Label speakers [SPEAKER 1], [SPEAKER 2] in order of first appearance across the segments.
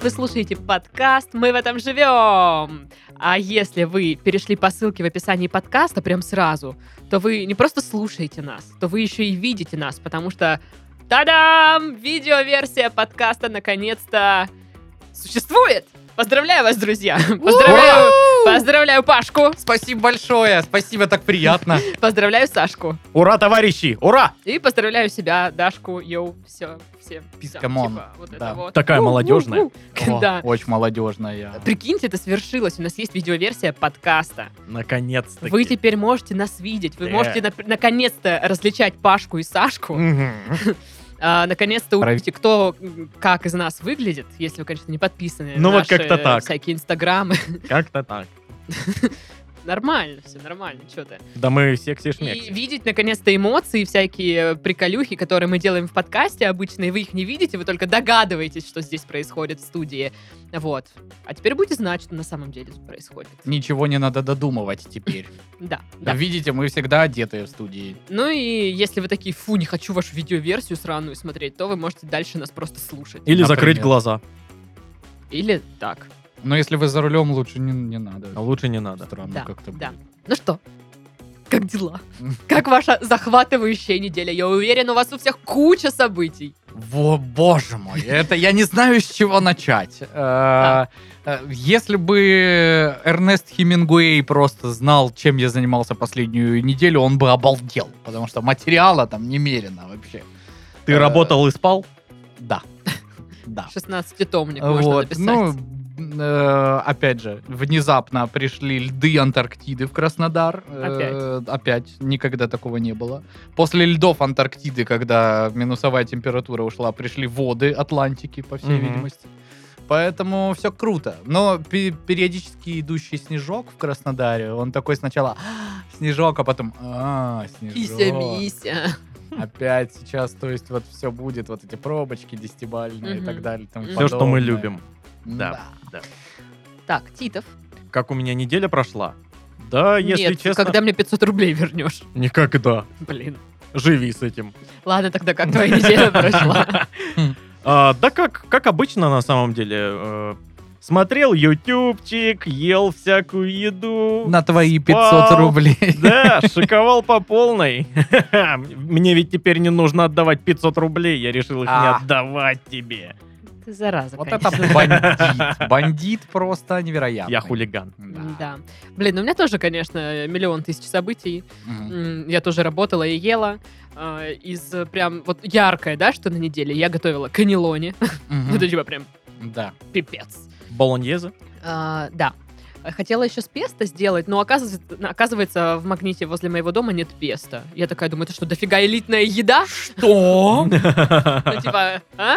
[SPEAKER 1] вы слушаете подкаст «Мы в этом живем». А если вы перешли по ссылке в описании подкаста прям сразу, то вы не просто слушаете нас, то вы еще и видите нас, потому что, та-дам, видеоверсия подкаста наконец-то существует. Поздравляю вас, друзья. Поздравляю, поздравляю Пашку,
[SPEAKER 2] Спасибо большое, спасибо, так приятно.
[SPEAKER 1] поздравляю Сашку
[SPEAKER 2] Ура, товарищи, ура!
[SPEAKER 1] и поздравляю себя, Дашку, йоу, все, все.
[SPEAKER 2] Писька
[SPEAKER 1] Всё,
[SPEAKER 2] мон,
[SPEAKER 1] типа, вот это
[SPEAKER 2] да.
[SPEAKER 1] вот.
[SPEAKER 3] Такая
[SPEAKER 1] У-у-у.
[SPEAKER 3] молодежная.
[SPEAKER 2] О,
[SPEAKER 1] Да.
[SPEAKER 2] Очень молодежная.
[SPEAKER 1] Прикиньте, это свершилось. У нас есть видеоверсия подкаста.
[SPEAKER 3] Наконец-то.
[SPEAKER 1] Вы типа- теперь можете нас видеть. Вы
[SPEAKER 3] Да.
[SPEAKER 1] можете нап- наконец-то различать Пашку и Сашку.
[SPEAKER 2] Мгм.
[SPEAKER 1] А, наконец-то
[SPEAKER 2] Пров-
[SPEAKER 1] увидите, кто м, как из нас выглядит, если вы, конечно, не подписаны.
[SPEAKER 3] Ну
[SPEAKER 1] на
[SPEAKER 3] вот как-то
[SPEAKER 1] наши
[SPEAKER 3] так.
[SPEAKER 1] Всякие инстаграмы.
[SPEAKER 3] Как-то так.
[SPEAKER 1] нормально, все нормально, что ты.
[SPEAKER 3] Да мы все
[SPEAKER 1] И
[SPEAKER 3] ксишмекси.
[SPEAKER 1] видеть, наконец-то, эмоции, всякие э, приколюхи, которые мы делаем в подкасте обычно, и вы их не видите, вы только догадываетесь, что здесь происходит в студии. Вот. А теперь будете знать, что на самом деле происходит.
[SPEAKER 2] Ничего не надо додумывать теперь.
[SPEAKER 1] Да, да.
[SPEAKER 2] Видите, мы всегда одетые в студии.
[SPEAKER 1] Ну и если вы такие, фу, не хочу вашу видеоверсию сраную смотреть, то вы можете дальше нас просто слушать.
[SPEAKER 3] Или
[SPEAKER 2] Например.
[SPEAKER 3] закрыть глаза.
[SPEAKER 1] Или так.
[SPEAKER 2] Но если вы за рулем, лучше не, не надо.
[SPEAKER 3] А лучше не надо.
[SPEAKER 2] Странно
[SPEAKER 1] Да,
[SPEAKER 2] как-то.
[SPEAKER 1] да.
[SPEAKER 2] будет.
[SPEAKER 1] Ну что, как дела? Как ваша захватывающая неделя? Я уверен, у вас у всех куча событий.
[SPEAKER 2] Во, боже мой, это я не знаю, с чего начать. Э, э, Если бы Эрнест Хемингуэй просто знал, чем я занимался последнюю неделю, он бы обалдел, потому что материала там немерено вообще.
[SPEAKER 3] Ты
[SPEAKER 2] Э,
[SPEAKER 3] работал и спал?
[SPEAKER 2] Да. Да.
[SPEAKER 1] 16-томник можно
[SPEAKER 2] Вот,
[SPEAKER 1] написать.
[SPEAKER 2] ну, э, опять же, внезапно пришли льды Антарктиды в Краснодар. Э, Опять. Никогда такого не было. После льдов Антарктиды, когда минусовая температура ушла, пришли воды Атлантики, по всей
[SPEAKER 3] Мгм.
[SPEAKER 2] видимости. Поэтому все круто. Но пе- периодически идущий снежок в Краснодаре, он такой сначала «А, снежок, а потом а, снежок.
[SPEAKER 1] Кися-мися.
[SPEAKER 2] Опять сейчас, то есть вот все будет, вот эти пробочки десятибальные и
[SPEAKER 1] Мгм.
[SPEAKER 2] так далее. и тому
[SPEAKER 1] Мгм.
[SPEAKER 3] Все, что мы
[SPEAKER 2] подобное.
[SPEAKER 3] любим. Да. да.
[SPEAKER 1] Так, Титов.
[SPEAKER 3] Как у меня неделя прошла?
[SPEAKER 2] А
[SPEAKER 3] Да, если
[SPEAKER 1] Нет,
[SPEAKER 3] честно...
[SPEAKER 1] когда мне 500 рублей вернешь?
[SPEAKER 3] Никогда.
[SPEAKER 1] Блин.
[SPEAKER 3] Живи с этим.
[SPEAKER 1] Ладно, тогда как твоя неделя прошла?
[SPEAKER 3] А, да как, как обычно на самом деле. э, смотрел ютубчик, ел всякую еду.
[SPEAKER 2] На твои
[SPEAKER 3] Спал.
[SPEAKER 2] 500 рублей.
[SPEAKER 3] Да, шиковал по полной. Мне ведь теперь не нужно отдавать 500 рублей, я решил их не
[SPEAKER 2] А.
[SPEAKER 3] отдавать тебе.
[SPEAKER 1] Ты зараза,
[SPEAKER 2] Вот это
[SPEAKER 1] конечно.
[SPEAKER 2] бандит. Бандит просто невероятный.
[SPEAKER 3] Я хулиган.
[SPEAKER 1] Да. Блин, ну у меня тоже, конечно, миллион тысяч событий.
[SPEAKER 2] Мгм.
[SPEAKER 1] М, Я тоже работала и ела. А, Из э, прям вот яркое, да, что на неделе я готовила канелони. Ну, это
[SPEAKER 2] Мгм.
[SPEAKER 1] типа прям
[SPEAKER 2] Да.
[SPEAKER 1] пипец.
[SPEAKER 3] Болоньезе?
[SPEAKER 1] А, Да. Хотела еще с песто сделать, но оказывается, оказывается, в магните возле моего дома нет песта. Я такая думаю, это что, дофига элитная еда? Что? Ну, типа, а?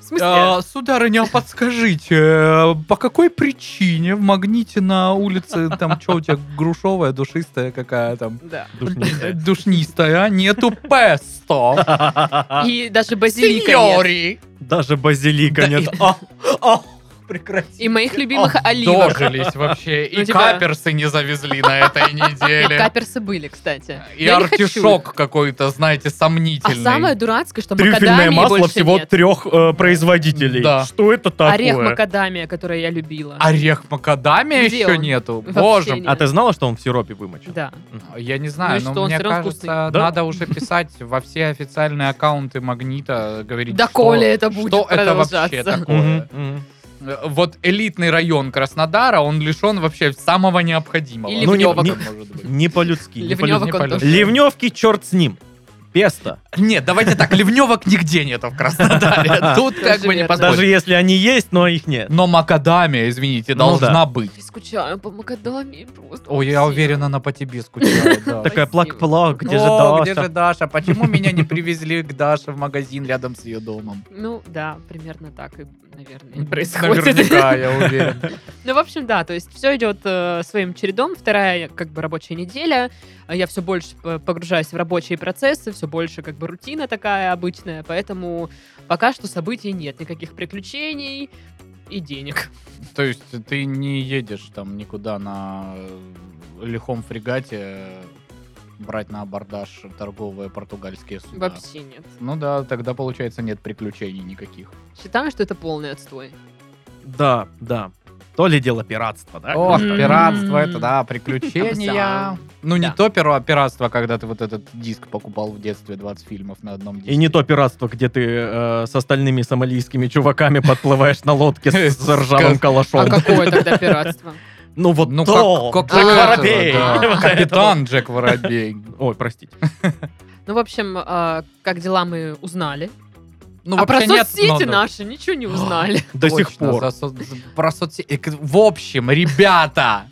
[SPEAKER 1] В смысле?
[SPEAKER 2] А, Сударыня, подскажите, э, по какой причине в магните на улице, там, что у тебя, грушовая, душистая какая там?
[SPEAKER 1] Да.
[SPEAKER 2] Э, Душнистая, нету песто.
[SPEAKER 1] И даже базилика нет.
[SPEAKER 2] А. Сеньори!
[SPEAKER 3] Даже базилика
[SPEAKER 2] Да,
[SPEAKER 3] нет. А,
[SPEAKER 2] и- О, прекрати.
[SPEAKER 1] И моих любимых
[SPEAKER 2] Ох,
[SPEAKER 1] оливок.
[SPEAKER 2] дожились вообще.
[SPEAKER 1] Ну,
[SPEAKER 2] И
[SPEAKER 1] типа-
[SPEAKER 2] каперсы не завезли на этой
[SPEAKER 1] Нет,
[SPEAKER 2] неделе.
[SPEAKER 1] А каперсы были, кстати.
[SPEAKER 2] И
[SPEAKER 1] Я не хочу
[SPEAKER 2] артишок какой-то, знаете,
[SPEAKER 1] А
[SPEAKER 2] сомнительный.
[SPEAKER 1] самое дурацкое, что
[SPEAKER 3] Трюфельное
[SPEAKER 1] макадамии
[SPEAKER 3] масло
[SPEAKER 1] больше
[SPEAKER 3] всего
[SPEAKER 1] нет.
[SPEAKER 3] трех производителей.
[SPEAKER 2] Да.
[SPEAKER 3] Что это
[SPEAKER 1] Орех
[SPEAKER 3] такое?
[SPEAKER 1] макадамия, который я любила.
[SPEAKER 2] Орех макадамия
[SPEAKER 1] Где
[SPEAKER 2] еще
[SPEAKER 1] он?
[SPEAKER 2] нету.
[SPEAKER 1] Вообще
[SPEAKER 2] Боже,
[SPEAKER 1] нет.
[SPEAKER 3] А ты знала, что он в сиропе вымочен?
[SPEAKER 1] Да.
[SPEAKER 2] я не знаю,
[SPEAKER 1] Ну и
[SPEAKER 2] но
[SPEAKER 1] что, он
[SPEAKER 2] мне
[SPEAKER 1] всё равно
[SPEAKER 2] кажется,
[SPEAKER 1] вкусный.
[SPEAKER 3] Да.
[SPEAKER 2] надо уже писать во все официальные аккаунты Магнита, говорить,
[SPEAKER 1] Да
[SPEAKER 2] что-
[SPEAKER 1] коли это будет
[SPEAKER 2] что это вообще
[SPEAKER 1] продолжаться?
[SPEAKER 2] такое.
[SPEAKER 3] Мгм, мгм.
[SPEAKER 2] Э, Вот элитный район Краснодара, он лишен вообще самого необходимого.
[SPEAKER 1] Или
[SPEAKER 3] Ну, не-
[SPEAKER 1] Ливнёвок.
[SPEAKER 3] не-
[SPEAKER 2] может быть.
[SPEAKER 3] не по-людски. не
[SPEAKER 1] Ливнёвок
[SPEAKER 3] по-людски.
[SPEAKER 1] он тоже.
[SPEAKER 2] Лив-
[SPEAKER 3] Ливневки, черт с ним. Песто.
[SPEAKER 2] Нет, давайте так, ливневок нигде нету в Краснодаре. Тут как
[SPEAKER 1] Тоже
[SPEAKER 2] бы не
[SPEAKER 1] верно.
[SPEAKER 2] поспоришь.
[SPEAKER 3] Даже если они есть, но их нет.
[SPEAKER 2] Но макадамия, извините,
[SPEAKER 3] Ну
[SPEAKER 2] должна быть.
[SPEAKER 1] Я скучаю по макадамии просто.
[SPEAKER 2] Ой, я
[SPEAKER 1] Всем.
[SPEAKER 2] уверена, она по тебе скучала. да.
[SPEAKER 3] Такая
[SPEAKER 1] Спасибо.
[SPEAKER 3] плак-плак, где же
[SPEAKER 2] О,
[SPEAKER 3] Даша?
[SPEAKER 2] где же Даша? Почему меня не привезли к Даше в магазин рядом с ее домом?
[SPEAKER 1] Ну да, примерно так и, наверное, и происходит.
[SPEAKER 2] Наверняка, я уверен.
[SPEAKER 1] Ну, в общем, да, то есть все идет э, своим чередом. Вторая, как бы, рабочая неделя. А Я все больше п- погружаюсь в рабочие процессы, все больше, как бы, рутина такая обычная. Поэтому пока что событий нет, никаких приключений и денег.
[SPEAKER 2] То есть ты не едешь там никуда на э, лихом фрегате э, брать на абордаж торговые португальские суда?
[SPEAKER 1] Вообще нет.
[SPEAKER 2] Ну да, тогда, получается, нет приключений никаких.
[SPEAKER 1] Считаю, что это полный отстой.
[SPEAKER 3] Да, да. То ли дело пиратство, да?
[SPEAKER 2] О,
[SPEAKER 1] М-м.
[SPEAKER 2] пиратство, это, да, приключения.
[SPEAKER 1] Да.
[SPEAKER 2] Ну, не
[SPEAKER 1] Да.
[SPEAKER 2] то пиро- пиратство, когда ты вот этот диск покупал в детстве, 20 фильмов на одном диске.
[SPEAKER 3] И не то пиратство, где ты э, с остальными сомалийскими чуваками подплываешь на лодке с с ржавым
[SPEAKER 1] А
[SPEAKER 3] калашом.
[SPEAKER 1] какое тогда пиратство?
[SPEAKER 3] Ну вот
[SPEAKER 2] Ну,
[SPEAKER 3] то!
[SPEAKER 2] как, как
[SPEAKER 3] Джек
[SPEAKER 2] этого,
[SPEAKER 3] Воробей!
[SPEAKER 2] да.
[SPEAKER 3] Вот это
[SPEAKER 2] Капитан Джек Воробей.
[SPEAKER 3] вот. Ой, простите.
[SPEAKER 1] Ну, в общем, а, как дела мы узнали.
[SPEAKER 2] Ну,
[SPEAKER 1] а про
[SPEAKER 2] вообще нет,
[SPEAKER 1] соцсети
[SPEAKER 2] но-
[SPEAKER 1] наши ничего не узнали.
[SPEAKER 3] До сих
[SPEAKER 2] Точно,
[SPEAKER 3] пор.
[SPEAKER 2] за со- за- Про соцсети. В общем, ребята,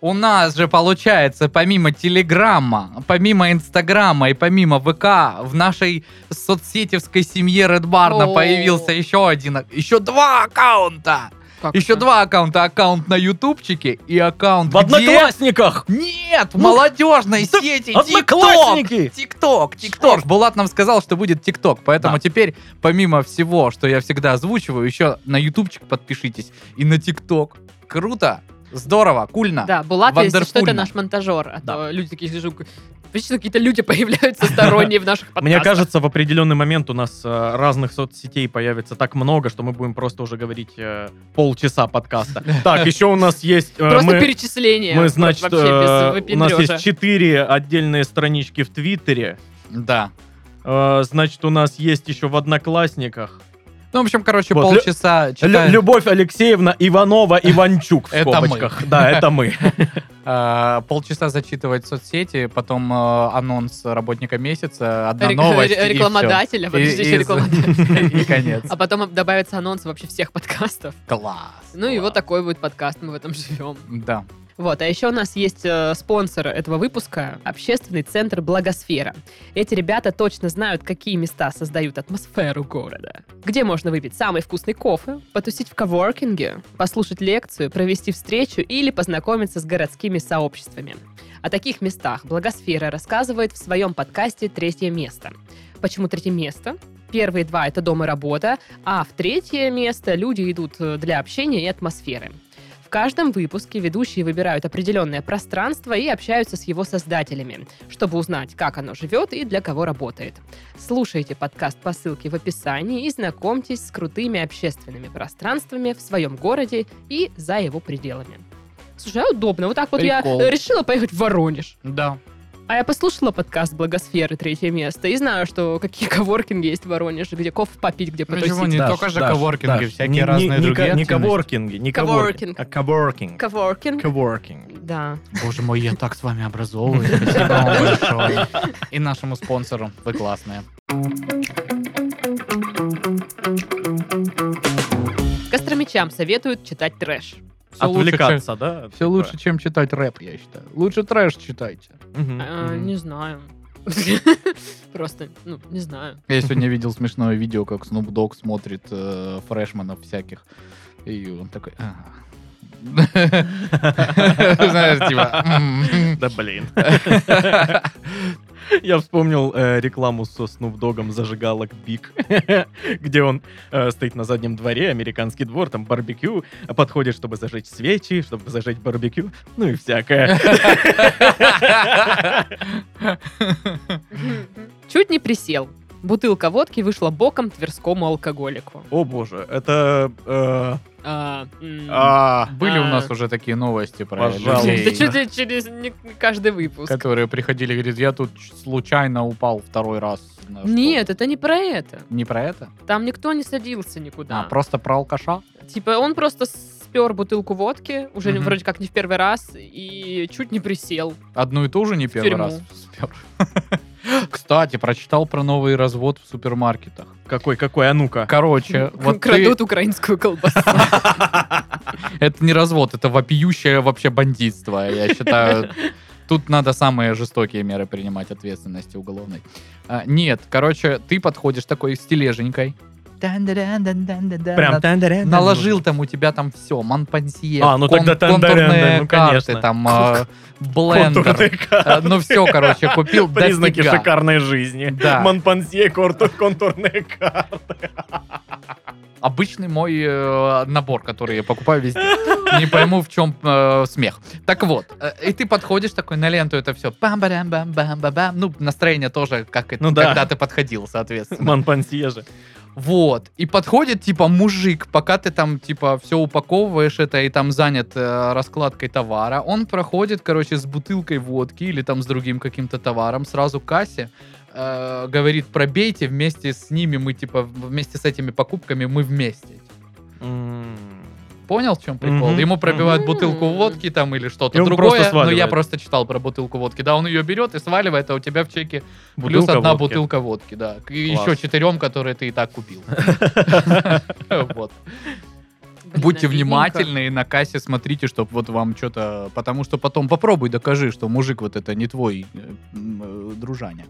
[SPEAKER 2] у нас же получается, помимо Телеграма, помимо Инстаграма и помимо ВК, в нашей соцсетевской семье Редбарна
[SPEAKER 1] О.
[SPEAKER 2] появился еще один, еще два аккаунта.
[SPEAKER 1] Как
[SPEAKER 2] Еще
[SPEAKER 1] это?
[SPEAKER 2] два аккаунта. Аккаунт на Ютубчике и аккаунт
[SPEAKER 3] В
[SPEAKER 2] где?
[SPEAKER 3] одноклассниках!
[SPEAKER 2] Нет, в
[SPEAKER 3] Ну,
[SPEAKER 2] молодежной
[SPEAKER 3] да
[SPEAKER 2] сети ТикТок.
[SPEAKER 3] Одноклассники!
[SPEAKER 2] ТикТок, ТикТок. Булат нам сказал, что будет ТикТок, поэтому
[SPEAKER 3] Да.
[SPEAKER 2] теперь, помимо всего, что я всегда озвучиваю, еще на Ютубчик подпишитесь и на ТикТок. Круто, здорово, кульно.
[SPEAKER 1] Да, Булат, если что, это
[SPEAKER 2] Вандерфульно.
[SPEAKER 1] наш монтажер. А
[SPEAKER 3] Да.
[SPEAKER 1] то люди такие сижу, Вечно какие-то люди появляются сторонние в наших подкастах.
[SPEAKER 3] Мне кажется, в определенный момент у нас э, разных соцсетей появится так много, что мы будем просто уже говорить э, полчаса подкаста. Так, еще у нас есть... э,
[SPEAKER 1] Просто
[SPEAKER 3] мы-
[SPEAKER 1] перечисление.
[SPEAKER 3] Мы,
[SPEAKER 1] Вот
[SPEAKER 3] значит,
[SPEAKER 1] вообще без
[SPEAKER 3] э, у нас
[SPEAKER 1] выпендрежа.
[SPEAKER 3] есть четыре отдельные странички в Твиттере.
[SPEAKER 2] Да.
[SPEAKER 3] Э, Значит, у нас есть еще в Одноклассниках.
[SPEAKER 2] Ну, в общем, короче,
[SPEAKER 3] Вот, лю-
[SPEAKER 2] полчаса
[SPEAKER 3] Лю-
[SPEAKER 2] читаем.
[SPEAKER 3] Любовь Алексеевна Иванова Иванчук в
[SPEAKER 2] Это
[SPEAKER 3] скобочках. Да, это мы.
[SPEAKER 2] А, полчаса зачитывать соцсети, потом э, анонс работника месяца, одна
[SPEAKER 1] Ре-
[SPEAKER 2] новость.
[SPEAKER 1] ре-
[SPEAKER 2] и
[SPEAKER 1] Рекламодателя,
[SPEAKER 2] всё. И-
[SPEAKER 1] подожди,
[SPEAKER 2] и-
[SPEAKER 1] еще рекламодателя.
[SPEAKER 2] И конец.
[SPEAKER 1] А потом добавятся анонсы вообще всех подкастов.
[SPEAKER 2] Класс.
[SPEAKER 1] Ну и
[SPEAKER 2] класс.
[SPEAKER 1] вот такой будет подкаст, мы в этом живем.
[SPEAKER 2] Да.
[SPEAKER 1] Вот, а еще у нас есть э, спонсор этого выпуска – Общественный центр «Благосфера». Эти ребята точно знают, какие места создают атмосферу города. Где можно выпить самый вкусный кофе, потусить в коворкинге, послушать лекцию, провести встречу или познакомиться с городскими сообществами. О таких местах «Благосфера» рассказывает в своем подкасте «Третье место». Почему третье место? Первые два – это дом и работа, а в третье место люди идут э, для общения и атмосферы. В каждом выпуске ведущие выбирают определенное пространство и общаются с его создателями, чтобы узнать, как оно живет и для кого работает. Слушайте подкаст по ссылке в описании и знакомьтесь с крутыми общественными пространствами в своем городе и за его пределами. Слушай, а удобно. Вот так вот
[SPEAKER 2] Прикол.
[SPEAKER 1] я э, решила поехать в Воронеж.
[SPEAKER 2] Да.
[SPEAKER 1] А я послушала подкаст «Благосферы. Третье место» и знаю, что какие коворкинги есть в Воронеже, где кофе попить, где
[SPEAKER 2] Почему
[SPEAKER 1] потусить.
[SPEAKER 2] не
[SPEAKER 3] Даш,
[SPEAKER 2] только же
[SPEAKER 3] Даш,
[SPEAKER 2] коворкинги,
[SPEAKER 3] Даш,
[SPEAKER 2] всякие
[SPEAKER 3] не- не-
[SPEAKER 2] разные
[SPEAKER 3] не
[SPEAKER 2] другие
[SPEAKER 3] ко- Не
[SPEAKER 2] активности.
[SPEAKER 3] коворкинги, не коворкинг.
[SPEAKER 1] Коворкинг.
[SPEAKER 3] а Коворкинг.
[SPEAKER 1] Коворкинг.
[SPEAKER 3] Коворкинг.
[SPEAKER 1] Да.
[SPEAKER 2] Боже мой, я так с вами образовываюсь. Спасибо вам большое. И нашему спонсору. Вы классные.
[SPEAKER 1] Костромичам советуют читать трэш.
[SPEAKER 3] Отвлекаться, да?
[SPEAKER 2] Все лучше, чем читать рэп, я считаю. Лучше трэш читайте.
[SPEAKER 3] Мгм,
[SPEAKER 1] Э,
[SPEAKER 3] мгм.
[SPEAKER 1] Не знаю. Просто, ну, не знаю.
[SPEAKER 2] Я сегодня видел смешное видео, как Snoop Dogg смотрит э, фрешманов всяких. И он такой... «А». Знаешь, типа... м.
[SPEAKER 3] Да блин. Я вспомнил э, рекламу со Snoop Доggом зажигалок Биг, где он э, стоит на заднем дворе, американский двор, там барбекю, подходит, чтобы зажечь свечи, чтобы зажечь барбекю, ну и всякое.
[SPEAKER 1] Чуть не присел. Бутылка водки вышла боком тверскому алкоголику.
[SPEAKER 3] О боже, это... э,
[SPEAKER 1] А, м,
[SPEAKER 3] а,
[SPEAKER 2] Были у нас
[SPEAKER 1] А.
[SPEAKER 2] уже такие новости про
[SPEAKER 3] Пожалуйста.
[SPEAKER 1] Да
[SPEAKER 2] людей,
[SPEAKER 1] чё ты через не- не каждый выпуск.
[SPEAKER 2] которые приходили и говорят, я тут ч- случайно упал второй раз. на штуку».
[SPEAKER 1] Нет, это не про это.
[SPEAKER 2] Не про это?
[SPEAKER 1] Там никто не садился никуда.
[SPEAKER 2] А, просто про алкаша?
[SPEAKER 1] Типа он просто спер бутылку водки, уже
[SPEAKER 2] Мгм.
[SPEAKER 1] вроде как не в первый раз, и чуть не присел.
[SPEAKER 2] Одну и ту же не первый
[SPEAKER 1] тюрьму.
[SPEAKER 2] раз спер. Кстати, прочитал про новый развод в супермаркетах.
[SPEAKER 3] Какой, какой, а ну-ка.
[SPEAKER 2] Короче, вот ты-
[SPEAKER 1] Крадут украинскую колбасу.
[SPEAKER 2] это не развод, это вопиющее вообще бандитство, я считаю. Тут надо самые жестокие меры принимать ответственности уголовной. А, нет, короче, ты подходишь такой с тележенькой.
[SPEAKER 3] Прям
[SPEAKER 2] Прям
[SPEAKER 3] тан-дарян-дарян.
[SPEAKER 2] Наложил там у тебя там все, манпансье,
[SPEAKER 3] А, ну тогда
[SPEAKER 2] контурные
[SPEAKER 3] тан-дарян, ну,
[SPEAKER 2] карты,
[SPEAKER 3] конечно.
[SPEAKER 2] там а, блендер,
[SPEAKER 3] Контурные
[SPEAKER 2] А, ну
[SPEAKER 3] карты.
[SPEAKER 2] все, короче, купил
[SPEAKER 3] Признаки
[SPEAKER 2] дофига.
[SPEAKER 3] шикарной жизни.
[SPEAKER 2] Да.
[SPEAKER 3] Монпансье, корту- контурные карты.
[SPEAKER 2] Обычный мой э, набор, который я покупаю везде. Не пойму, в чем э, смех. Так вот, э, и ты подходишь такой на ленту, это все. бам бам бам бам бам Ну, настроение тоже, как это,
[SPEAKER 3] Ну да.
[SPEAKER 2] когда ты подходил, соответственно.
[SPEAKER 3] Монпансье же.
[SPEAKER 2] Вот. И подходит, типа, мужик, пока ты там, типа, все упаковываешь это и там занят э, раскладкой товара, он проходит, короче, с бутылкой водки или там с другим каким-то товаром сразу к кассе, э, говорит, пробейте вместе с ними, мы, типа, вместе с этими покупками мы вместе.
[SPEAKER 3] М.
[SPEAKER 2] Понял, в чем прикол?
[SPEAKER 3] Мгм.
[SPEAKER 2] Ему пробивают
[SPEAKER 1] Мгм.
[SPEAKER 2] бутылку водки там или что-то
[SPEAKER 3] И он
[SPEAKER 2] другое.
[SPEAKER 3] просто
[SPEAKER 2] но я
[SPEAKER 3] сваливает.
[SPEAKER 2] просто читал про бутылку водки. Да, он ее берет и сваливает, а у тебя в чеке плюс
[SPEAKER 3] Бутылка
[SPEAKER 2] одна
[SPEAKER 3] водки.
[SPEAKER 2] бутылка водки, да. К
[SPEAKER 3] Класс.
[SPEAKER 2] еще четырем, которые ты и так купил. Вот.
[SPEAKER 1] Блин,
[SPEAKER 2] Будьте
[SPEAKER 1] обидненько.
[SPEAKER 2] внимательны и на кассе смотрите, чтобы вот вам что-то... Потому что потом попробуй докажи, что мужик вот это не твой э, м, э, дружаня.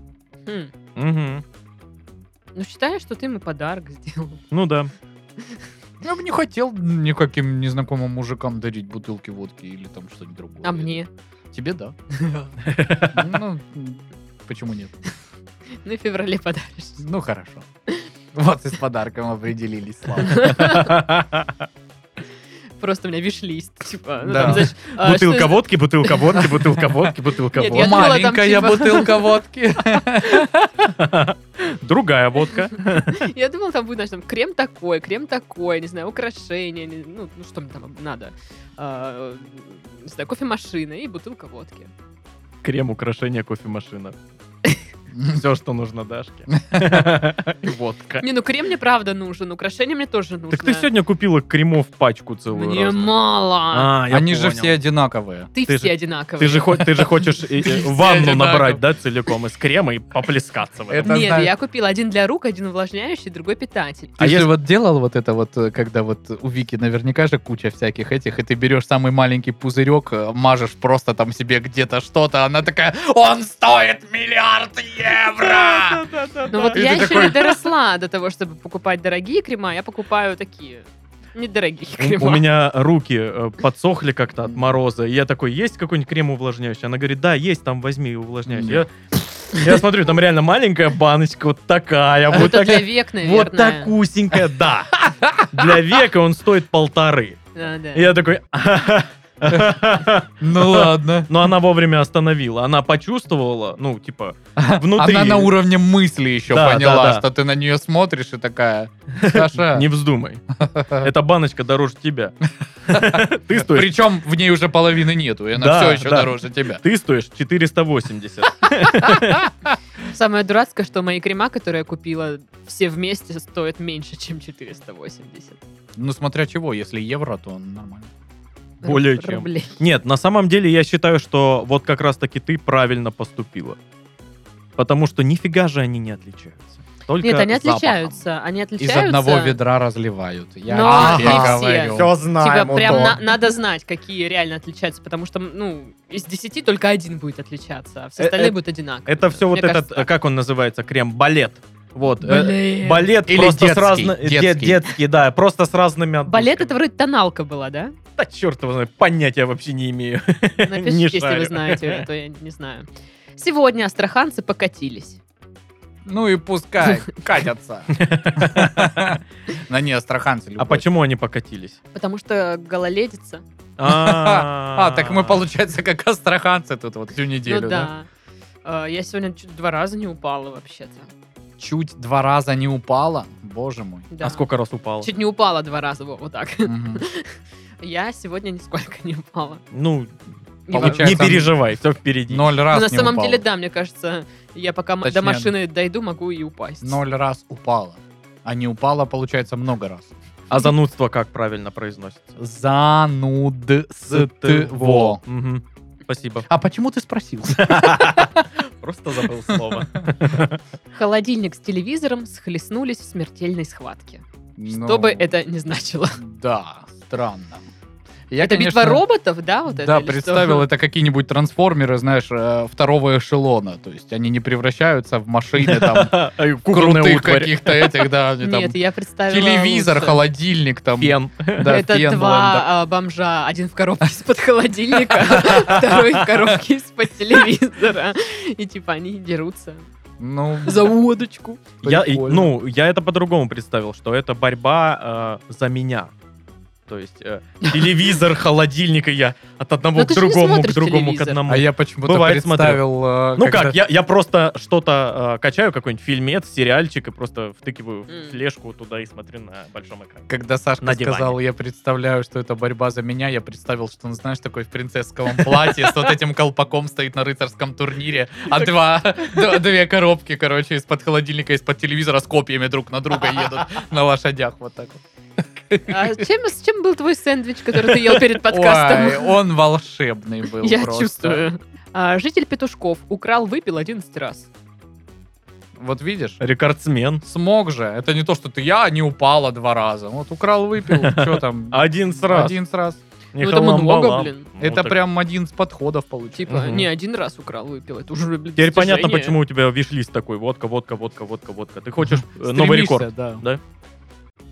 [SPEAKER 1] Хм.
[SPEAKER 3] Мгм.
[SPEAKER 1] Ну, считаю, что ты ему подарок сделал.
[SPEAKER 3] Ну да.
[SPEAKER 2] Я бы не хотел никаким незнакомым мужикам дарить бутылки водки или там что-нибудь другое.
[SPEAKER 1] А мне?
[SPEAKER 2] Тебе да. Ну, почему нет?
[SPEAKER 1] Ну, и в феврале подаришь.
[SPEAKER 2] Ну, хорошо. Вот и с подарком определились, Слава.
[SPEAKER 1] Просто у меня виш-лист. Типа, ну,
[SPEAKER 2] Да.
[SPEAKER 1] там, знаешь, а,
[SPEAKER 3] Бутылка
[SPEAKER 1] что-
[SPEAKER 3] водки, бутылка водки, бутылка водки, бутылка
[SPEAKER 1] Нет,
[SPEAKER 3] водки.
[SPEAKER 1] думала, там
[SPEAKER 2] Маленькая
[SPEAKER 1] типа-
[SPEAKER 2] бутылка водки.
[SPEAKER 3] Другая водка.
[SPEAKER 1] Я думала, там будет, знаешь, там крем такой, крем такой, не знаю, украшения, не- ну, ну, что мне там надо. А, Не знаю, кофемашина и бутылка водки.
[SPEAKER 3] Крем, украшение, кофемашина. Все, что нужно Дашке. И водка.
[SPEAKER 1] Не, ну крем мне правда нужен, украшения мне тоже нужно.
[SPEAKER 3] Так ты сегодня купила кремов пачку целую.
[SPEAKER 1] Мне
[SPEAKER 3] разную.
[SPEAKER 1] мало.
[SPEAKER 3] А, я
[SPEAKER 2] Они же
[SPEAKER 3] понял.
[SPEAKER 2] все одинаковые.
[SPEAKER 1] Ты,
[SPEAKER 3] ты
[SPEAKER 1] все
[SPEAKER 3] же-
[SPEAKER 1] одинаковые.
[SPEAKER 3] Ты же, хо- ты же хочешь э, э,
[SPEAKER 2] Все
[SPEAKER 3] ванну
[SPEAKER 2] одинаково.
[SPEAKER 3] набрать, да, целиком из крема и поплескаться в этом.
[SPEAKER 1] Нет,
[SPEAKER 2] Это
[SPEAKER 1] ну,
[SPEAKER 2] знаю.
[SPEAKER 1] я купила один для рук, один увлажняющий, другой питатель.
[SPEAKER 3] А
[SPEAKER 2] Ты же
[SPEAKER 3] если-
[SPEAKER 2] вот делал вот это вот, э, когда вот у Вики наверняка же куча всяких этих, и ты берешь самый маленький пузырек, э, мажешь просто там себе где-то что-то, она такая, он стоит миллиард евро!
[SPEAKER 1] Ну вот
[SPEAKER 2] И
[SPEAKER 1] я
[SPEAKER 2] ты
[SPEAKER 1] еще
[SPEAKER 2] такой-
[SPEAKER 1] не доросла до того, чтобы покупать дорогие крема. Я покупаю такие недорогие
[SPEAKER 3] У-
[SPEAKER 1] крема.
[SPEAKER 3] У меня руки э, подсохли как-то от мороза. И я такой, есть какой-нибудь крем увлажняющий? Она говорит, да, есть, там возьми и увлажняющий. Я,
[SPEAKER 2] Нет.
[SPEAKER 3] я смотрю, там реально маленькая баночка, вот такая,
[SPEAKER 1] А
[SPEAKER 3] вот
[SPEAKER 1] Это для
[SPEAKER 3] такая.
[SPEAKER 1] век, наверное.
[SPEAKER 3] Вот такусенькая, да. Для века он стоит полторы.
[SPEAKER 1] Да, да.
[SPEAKER 3] И я такой...
[SPEAKER 2] Ну ладно.
[SPEAKER 3] Но она вовремя остановила. Она почувствовала, ну, типа, внутри.
[SPEAKER 2] Она на уровне мысли еще
[SPEAKER 3] Да, да,
[SPEAKER 2] поняла,
[SPEAKER 3] да.
[SPEAKER 2] что ты на нее смотришь и такая, Саша,
[SPEAKER 3] Не вздумай. Эта баночка дороже тебя. Ты стоишь
[SPEAKER 2] причем в ней уже половины нету, и она
[SPEAKER 3] Да,
[SPEAKER 2] все еще
[SPEAKER 3] да.
[SPEAKER 2] дороже тебя.
[SPEAKER 3] ты стоишь 480.
[SPEAKER 1] Самое дурацкое, что мои крема, которые я купила, все вместе стоят меньше, чем 480.
[SPEAKER 2] Ну, смотря чего, если евро, то нормально.
[SPEAKER 3] Более чем.
[SPEAKER 1] Рублей.
[SPEAKER 3] Нет, на самом деле я считаю, что вот как раз-таки ты правильно поступила. Потому что нифига же они не отличаются. Только
[SPEAKER 1] Нет, они
[SPEAKER 3] запахом.
[SPEAKER 1] отличаются. Они
[SPEAKER 2] Из
[SPEAKER 1] отличаются.
[SPEAKER 2] одного ведра разливают. Я
[SPEAKER 1] Но
[SPEAKER 2] тебе
[SPEAKER 1] не все.
[SPEAKER 2] говорю.
[SPEAKER 4] Все
[SPEAKER 1] Типа,
[SPEAKER 4] знаем,
[SPEAKER 1] прям
[SPEAKER 4] Антон.
[SPEAKER 1] на- надо знать, какие реально отличаются, потому что, ну, из 10 только один будет отличаться, а все
[SPEAKER 3] Э,
[SPEAKER 1] остальные
[SPEAKER 3] э,
[SPEAKER 1] будут одинаковые.
[SPEAKER 3] Это все вот
[SPEAKER 1] Мне
[SPEAKER 3] этот,
[SPEAKER 1] кажется,
[SPEAKER 3] как он называется, крем, балет. Вот. э,
[SPEAKER 1] Блин.
[SPEAKER 3] Балет
[SPEAKER 2] Или
[SPEAKER 3] просто с
[SPEAKER 2] детский,
[SPEAKER 3] разно- де-
[SPEAKER 2] детский.
[SPEAKER 3] детский, да, просто с разными
[SPEAKER 1] Балет это
[SPEAKER 3] отгустками.
[SPEAKER 1] вроде тоналка была, да?
[SPEAKER 3] Да черт его знает, понятия вообще не имею.
[SPEAKER 1] Напишите, если
[SPEAKER 3] шарю.
[SPEAKER 1] вы знаете, а то я не знаю. Сегодня астраханцы покатились.
[SPEAKER 2] Ну и пускай катятся. На не астраханцы
[SPEAKER 3] А
[SPEAKER 2] любовь.
[SPEAKER 3] почему они покатились?
[SPEAKER 1] Потому что гололедица.
[SPEAKER 2] А, так мы, получается, как астраханцы тут вот всю
[SPEAKER 1] Ну
[SPEAKER 2] неделю, да?
[SPEAKER 1] да. Э, Я сегодня чуть два раза не упала вообще-то.
[SPEAKER 2] Чуть два раза не упала. Боже мой.
[SPEAKER 1] Да.
[SPEAKER 3] А сколько раз упал?
[SPEAKER 1] Чуть не упала два раза, во, вот так.
[SPEAKER 2] Мгм.
[SPEAKER 1] Я сегодня нисколько не упала.
[SPEAKER 3] Ну,
[SPEAKER 1] И
[SPEAKER 2] Получается,
[SPEAKER 1] вообще.
[SPEAKER 3] не переживай, все впереди.
[SPEAKER 2] Ноль раз
[SPEAKER 1] Ну, на
[SPEAKER 2] не
[SPEAKER 1] самом
[SPEAKER 2] упала.
[SPEAKER 1] деле, да, мне кажется, я пока м-
[SPEAKER 2] Точнее,
[SPEAKER 1] до машины дойду, могу и упасть.
[SPEAKER 2] Ноль раз упала. А не упала, получается, много раз.
[SPEAKER 3] А занудство как правильно произносится?
[SPEAKER 2] Занудство.
[SPEAKER 3] Мгм. Спасибо.
[SPEAKER 2] А почему ты спросил?
[SPEAKER 3] Просто забыл слово.
[SPEAKER 1] Холодильник с телевизором схлестнулись в смертельной схватке. Что
[SPEAKER 2] Ну,
[SPEAKER 1] бы это ни значило.
[SPEAKER 2] Да, странно. Я,
[SPEAKER 1] Это
[SPEAKER 2] конечно,
[SPEAKER 1] битва роботов, да, А вот это?
[SPEAKER 2] да,
[SPEAKER 1] или что?
[SPEAKER 2] представил, это какие-нибудь трансформеры, знаешь, э, второго эшелона. То есть они не превращаются в машины там
[SPEAKER 3] Ай, а кукольная
[SPEAKER 2] крутых
[SPEAKER 3] утварь.
[SPEAKER 2] каких-то этих, да, они там
[SPEAKER 1] Нет, я представила
[SPEAKER 2] телевизор,
[SPEAKER 1] лучше.
[SPEAKER 2] холодильник там.
[SPEAKER 3] Фен.
[SPEAKER 2] да,
[SPEAKER 1] это
[SPEAKER 2] фен, блендер.
[SPEAKER 1] два а, бомжа. Один в коробке из-под холодильника, второй в коробке из-под телевизора. И типа они дерутся
[SPEAKER 2] Ну,
[SPEAKER 1] за удочку.
[SPEAKER 3] Я, и-
[SPEAKER 2] Прикольно.
[SPEAKER 3] ну, я это по-другому представил, что это борьба э, за меня. То есть э, телевизор, холодильник, и я от одного
[SPEAKER 1] Но
[SPEAKER 3] к
[SPEAKER 1] ты же не
[SPEAKER 3] другому, к
[SPEAKER 1] смотришь
[SPEAKER 3] другому, к
[SPEAKER 1] телевизор.
[SPEAKER 3] одному.
[SPEAKER 2] А я почему-то
[SPEAKER 3] Бывает,
[SPEAKER 2] представил... э,
[SPEAKER 3] Ну
[SPEAKER 2] когда-
[SPEAKER 3] как, я, я просто что-то э, качаю, какой-нибудь фильмец, сериальчик, и просто втыкиваю
[SPEAKER 1] М.
[SPEAKER 3] в флешку туда и смотрю на большом экране.
[SPEAKER 2] Когда Сашка
[SPEAKER 3] На диване.
[SPEAKER 2] сказал, я представляю, что это борьба за меня, я представил, что он, знаешь, такой в принцессковом платье с вот этим колпаком стоит на рыцарском турнире, а два, д- две коробки, короче, из-под холодильника, из-под телевизора с копьями друг на друга едут на лошадях вот так вот.
[SPEAKER 1] А чем, с чем был твой сэндвич, который ты ел перед
[SPEAKER 2] Ой,
[SPEAKER 1] подкастом?
[SPEAKER 2] он волшебный был
[SPEAKER 1] Я
[SPEAKER 2] просто.
[SPEAKER 1] чувствую. А, житель Петушков украл, выпил 11 раз.
[SPEAKER 2] Вот видишь?
[SPEAKER 3] Рекордсмен.
[SPEAKER 2] Смог же. Это не то, что ты я не упала два раза. Вот украл, выпил, что там?
[SPEAKER 3] Один сразу.
[SPEAKER 2] Один раз.
[SPEAKER 3] Не
[SPEAKER 1] Ну, это
[SPEAKER 3] халам-балам.
[SPEAKER 1] много, блин.
[SPEAKER 3] Ну,
[SPEAKER 2] Это
[SPEAKER 3] так
[SPEAKER 2] прям один с подходов получился.
[SPEAKER 1] Типа,
[SPEAKER 3] Мгм.
[SPEAKER 1] не один раз украл, выпил. Это уже блин,
[SPEAKER 3] Теперь понятно,
[SPEAKER 1] достижение.
[SPEAKER 3] почему у тебя виш-лист такой. Водка, водка, водка, водка, водка. Ты хочешь э, новый
[SPEAKER 2] Стремишься,
[SPEAKER 3] рекорд.
[SPEAKER 2] да.
[SPEAKER 1] Ну, я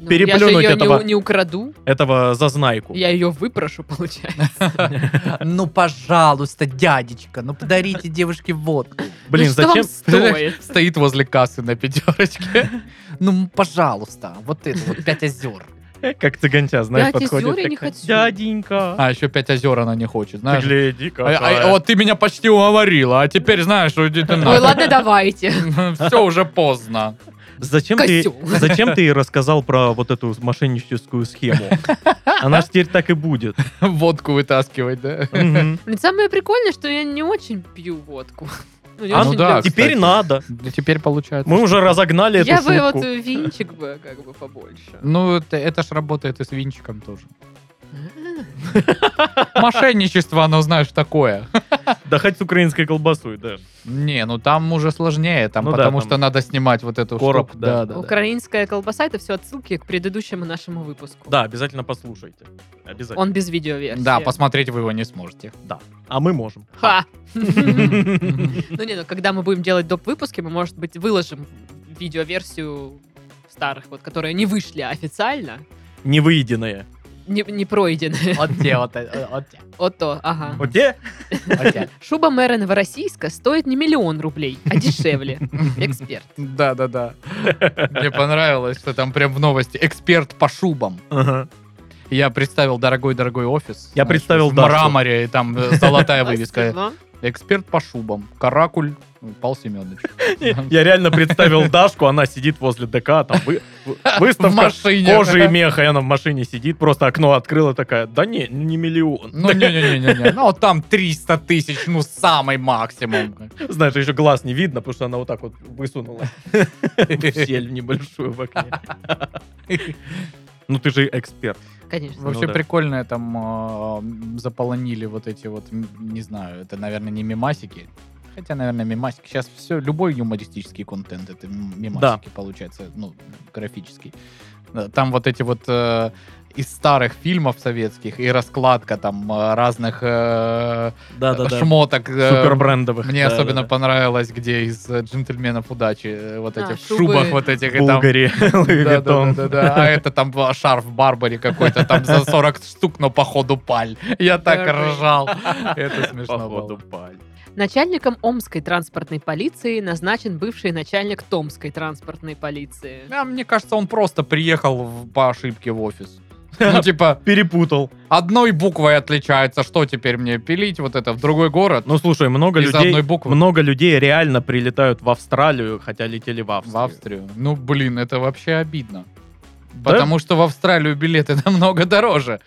[SPEAKER 1] же
[SPEAKER 3] переплюнуть
[SPEAKER 1] ее
[SPEAKER 3] этого.
[SPEAKER 1] Не, у- не украду,
[SPEAKER 3] Этого зазнайку.
[SPEAKER 1] я ее выпрошу, получается.
[SPEAKER 2] Ну, пожалуйста, дядечка, ну подарите девушке водку.
[SPEAKER 3] Блин,
[SPEAKER 1] Ну, что
[SPEAKER 3] зачем?
[SPEAKER 1] вам стоит?
[SPEAKER 2] Стоит возле кассы на пятерочке. Ну, пожалуйста, вот это вот, пять озер.
[SPEAKER 3] Как цыганча, знаешь,
[SPEAKER 1] Пять
[SPEAKER 3] подходит.
[SPEAKER 1] озер я не
[SPEAKER 3] такая,
[SPEAKER 1] хочу.
[SPEAKER 3] Дяденька.
[SPEAKER 2] А, еще пять озер она не хочет,
[SPEAKER 3] Ты
[SPEAKER 2] знаешь.
[SPEAKER 3] гляди,
[SPEAKER 2] А- а-
[SPEAKER 3] какая.
[SPEAKER 2] вот ты меня почти уговорила, а теперь знаешь, что ты
[SPEAKER 1] Ой, ладно, давайте.
[SPEAKER 2] Все уже поздно.
[SPEAKER 3] Зачем ты,
[SPEAKER 1] Козёл.
[SPEAKER 3] зачем ты рассказал про вот эту мошенническую схему? Она ж теперь так и будет.
[SPEAKER 2] Водку вытаскивать, да?
[SPEAKER 3] Мгм.
[SPEAKER 1] Блин, самое прикольное, что я не очень пью водку. Ну, не
[SPEAKER 2] А, ну
[SPEAKER 1] очень
[SPEAKER 2] да,
[SPEAKER 1] люблю.
[SPEAKER 3] Теперь
[SPEAKER 2] кстати.
[SPEAKER 3] надо.
[SPEAKER 2] Теперь получается.
[SPEAKER 3] Мы уже разогнали эту
[SPEAKER 1] Я бы вот
[SPEAKER 3] шутку.
[SPEAKER 1] э, винчик бы как бы побольше.
[SPEAKER 2] Ну, это, это ж работает и с винчиком тоже. Мошенничество, оно, знаешь, такое.
[SPEAKER 3] Да хоть с украинской колбасой, да.
[SPEAKER 2] Не, ну там уже сложнее, там,
[SPEAKER 3] Ну да,
[SPEAKER 2] потому
[SPEAKER 3] там
[SPEAKER 2] что надо снимать вот эту
[SPEAKER 3] короб,
[SPEAKER 2] штуку.
[SPEAKER 3] да.
[SPEAKER 2] Да, да, да.
[SPEAKER 1] Украинская колбаса это все отсылки к предыдущему нашему выпуску.
[SPEAKER 3] Да, обязательно послушайте. Обязательно.
[SPEAKER 1] Он без видеоверсии.
[SPEAKER 2] Да, посмотреть вы его не сможете.
[SPEAKER 3] А мы можем.
[SPEAKER 1] Ха! Ну
[SPEAKER 2] Мгм.
[SPEAKER 1] не, ну когда мы будем делать доп. выпуски, мы, может быть, выложим видеоверсию старых, вот, которые не вышли официально,
[SPEAKER 3] Невыеденное.
[SPEAKER 1] не, не пройденные.
[SPEAKER 2] Вот те, вот те, вот те,
[SPEAKER 1] Вот то, ага.
[SPEAKER 3] Вот те?
[SPEAKER 2] вот те.
[SPEAKER 1] Шуба мэра Новороссийска стоит не миллион рублей, а дешевле. Эксперт.
[SPEAKER 2] Да, да, да. Мне понравилось, что там прям в новости эксперт по шубам.
[SPEAKER 3] Ага.
[SPEAKER 2] Я представил дорогой-дорогой офис.
[SPEAKER 3] Я
[SPEAKER 2] знаешь,
[SPEAKER 3] представил
[SPEAKER 2] в
[SPEAKER 3] Дашу.
[SPEAKER 2] мраморе, и там э, золотая вывеска.
[SPEAKER 1] Спасибо.
[SPEAKER 2] Эксперт по шубам. Каракуль ну, Пал Семенович.
[SPEAKER 3] Я реально представил Дашку, она сидит возле ДК, там вы- вы-
[SPEAKER 2] В
[SPEAKER 3] выставка
[SPEAKER 2] машине.
[SPEAKER 3] кожи и меха, и она в машине сидит, просто окно открыла такая, да не, не миллион.
[SPEAKER 2] Ну, не-не-не-не. Ну, там 300 тысяч, ну, самый максимум.
[SPEAKER 3] Знаешь, еще глаз не видно, потому что она вот так вот высунула в щель небольшую в окне. Ну ты же эксперт.
[SPEAKER 1] Конечно.
[SPEAKER 2] Вообще
[SPEAKER 3] да.
[SPEAKER 2] прикольно там э, заполонили вот эти вот, м, не знаю, это, наверное, не мимасики. Хотя, наверное, мимасики. Сейчас все, любой юмористический контент, это м- мимасики, получается, ну, графический. Э, Там вот эти вот э, из старых фильмов советских и раскладка там э, разных э, шмоток. э,
[SPEAKER 3] Супербрендовых.
[SPEAKER 2] Мне
[SPEAKER 3] Да,
[SPEAKER 2] особенно
[SPEAKER 3] да,
[SPEAKER 2] понравилось, где из э, джентльменов удачи э, вот
[SPEAKER 1] А,
[SPEAKER 2] этих в
[SPEAKER 1] шубы.
[SPEAKER 2] шубах вот этих и
[SPEAKER 3] да.
[SPEAKER 2] там
[SPEAKER 3] Булгари,
[SPEAKER 2] да,
[SPEAKER 3] Луи
[SPEAKER 2] да,
[SPEAKER 3] Виттон.
[SPEAKER 2] да, да, да. А это там а, шарф Барбари какой-то, там за 40 штук, но походу паль. Я так
[SPEAKER 1] Барбари.
[SPEAKER 2] ржал. Это смешно
[SPEAKER 3] Походу
[SPEAKER 2] было.
[SPEAKER 3] паль.
[SPEAKER 1] Начальником Омской транспортной полиции назначен бывший начальник Томской транспортной полиции.
[SPEAKER 2] А, мне кажется, он просто приехал в- по ошибке в офис. Ну, типа,
[SPEAKER 3] Перепутал.
[SPEAKER 2] одной буквой отличается, что теперь мне пилить вот это в другой город?
[SPEAKER 3] Ну слушай, много
[SPEAKER 2] Из-за
[SPEAKER 3] людей,
[SPEAKER 2] одной буквы.
[SPEAKER 3] много людей реально прилетают в Австралию, хотя летели в Австрию.
[SPEAKER 2] В Австрию. Ну, блин, это вообще обидно.
[SPEAKER 3] Да?
[SPEAKER 2] Потому что в Австралию билеты намного дороже.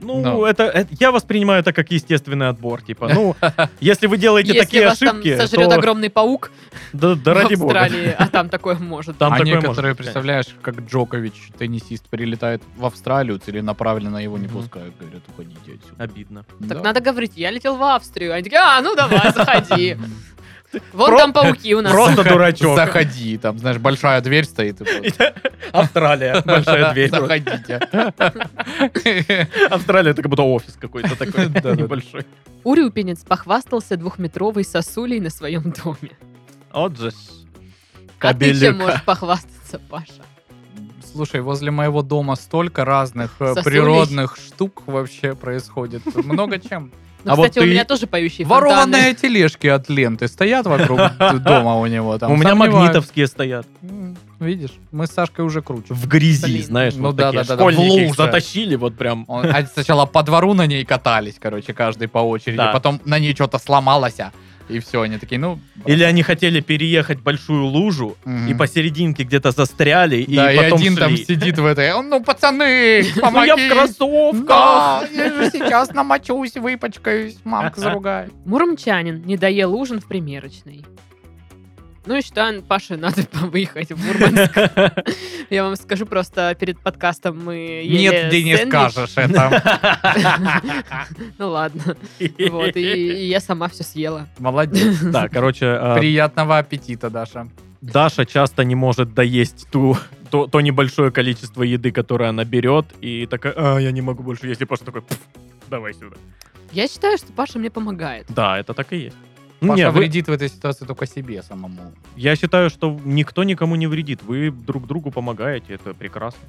[SPEAKER 3] Ну,
[SPEAKER 2] Ну.
[SPEAKER 3] это, это- я воспринимаю это как естественный отбор. Типа, ну, если вы делаете
[SPEAKER 1] Если
[SPEAKER 3] такие
[SPEAKER 1] вас
[SPEAKER 3] ошибки,
[SPEAKER 1] там сожрет
[SPEAKER 3] то
[SPEAKER 1] огромный паук
[SPEAKER 3] да,
[SPEAKER 1] в
[SPEAKER 3] да ради бога.
[SPEAKER 1] Австралии, а там такое может.
[SPEAKER 3] Там
[SPEAKER 2] а
[SPEAKER 3] такое
[SPEAKER 2] некоторые,
[SPEAKER 3] может быть,
[SPEAKER 2] представляешь, как Джокович, теннисист, прилетает в Австралию, целенаправленно его не
[SPEAKER 3] Мгм.
[SPEAKER 2] пускают. Говорят, уходите отсюда.
[SPEAKER 3] Обидно.
[SPEAKER 1] Так
[SPEAKER 2] Да.
[SPEAKER 1] надо говорить, я летел в Австрию. Они такие, а, ну давай, заходи. Вон
[SPEAKER 3] Про-
[SPEAKER 1] там пауки у нас.
[SPEAKER 3] Просто дурачок.
[SPEAKER 2] Заходи, там, знаешь, большая дверь стоит. и просто,
[SPEAKER 3] Австралия, большая дверь.
[SPEAKER 2] Заходите.
[SPEAKER 3] Австралия это как будто офис какой-то такой
[SPEAKER 2] Да-да-да.
[SPEAKER 3] небольшой.
[SPEAKER 1] Урюпинец похвастался двухметровой сосулей на своем доме.
[SPEAKER 3] Вот же ж.
[SPEAKER 1] А ты чем
[SPEAKER 3] Кобелюка.
[SPEAKER 1] можешь похвастаться, Паша?
[SPEAKER 2] Слушай, возле моего дома столько разных э,
[SPEAKER 1] Сосулей.
[SPEAKER 2] природных штук вообще происходит. Много чем.
[SPEAKER 1] Ну,
[SPEAKER 2] А вот
[SPEAKER 1] кстати, у
[SPEAKER 2] ты
[SPEAKER 1] меня тоже поющие фонтаны.
[SPEAKER 2] Ворованные тележки от ленты стоят вокруг д- дома у него. там,
[SPEAKER 3] У меня
[SPEAKER 2] сомневаюсь.
[SPEAKER 3] магнитовские стоят.
[SPEAKER 2] М, Видишь, мы с Сашкой уже круче.
[SPEAKER 3] В грязи,
[SPEAKER 1] Блин.
[SPEAKER 3] знаешь,
[SPEAKER 2] Ну
[SPEAKER 3] вот
[SPEAKER 2] да,
[SPEAKER 3] такие
[SPEAKER 2] да, да, да, в
[SPEAKER 3] школьники их
[SPEAKER 2] луже.
[SPEAKER 3] затащили вот прям.
[SPEAKER 2] Он- а сначала по двору на ней катались, короче, каждый по очереди.
[SPEAKER 3] Да.
[SPEAKER 2] Потом на ней что-то сломалось, а, и все, они такие, ну...
[SPEAKER 3] Или они хотели переехать большую лужу,
[SPEAKER 2] мгм.
[SPEAKER 3] и посерединке где-то застряли,
[SPEAKER 2] да,
[SPEAKER 3] и
[SPEAKER 2] и,
[SPEAKER 3] потом
[SPEAKER 2] один там
[SPEAKER 3] шли.
[SPEAKER 2] сидит в этой, «Он, ну, пацаны,
[SPEAKER 3] Ну
[SPEAKER 2] помоги!
[SPEAKER 3] я в кроссовках!
[SPEAKER 2] Да, я же сейчас намочусь, выпачкаюсь,
[SPEAKER 3] А,
[SPEAKER 2] мамка заругает.
[SPEAKER 1] Муромчанин не доел ужин в примерочной. Ну и считаю, Паше надо выехать в Мурманск. Я вам скажу, просто перед подкастом мы ели
[SPEAKER 2] Нет, ты не
[SPEAKER 1] сэндвич.
[SPEAKER 2] скажешь это.
[SPEAKER 1] Ну ладно. Вот, и и я сама все съела.
[SPEAKER 2] Молодец.
[SPEAKER 3] Да, короче, а,
[SPEAKER 2] Приятного аппетита, Даша.
[SPEAKER 3] Даша часто не может доесть ту то, то небольшое количество еды, которое она берет, и такая, а, я не могу больше есть, и Паша такой, «Пф, давай сюда.
[SPEAKER 1] Я считаю, что Паша мне помогает.
[SPEAKER 3] Да, это так и есть. Ну, не,
[SPEAKER 2] Паша
[SPEAKER 3] вы-
[SPEAKER 2] вредит в этой ситуации только себе самому.
[SPEAKER 3] я считаю, что никто никому не вредит, вы друг другу помогаете, это прекрасно.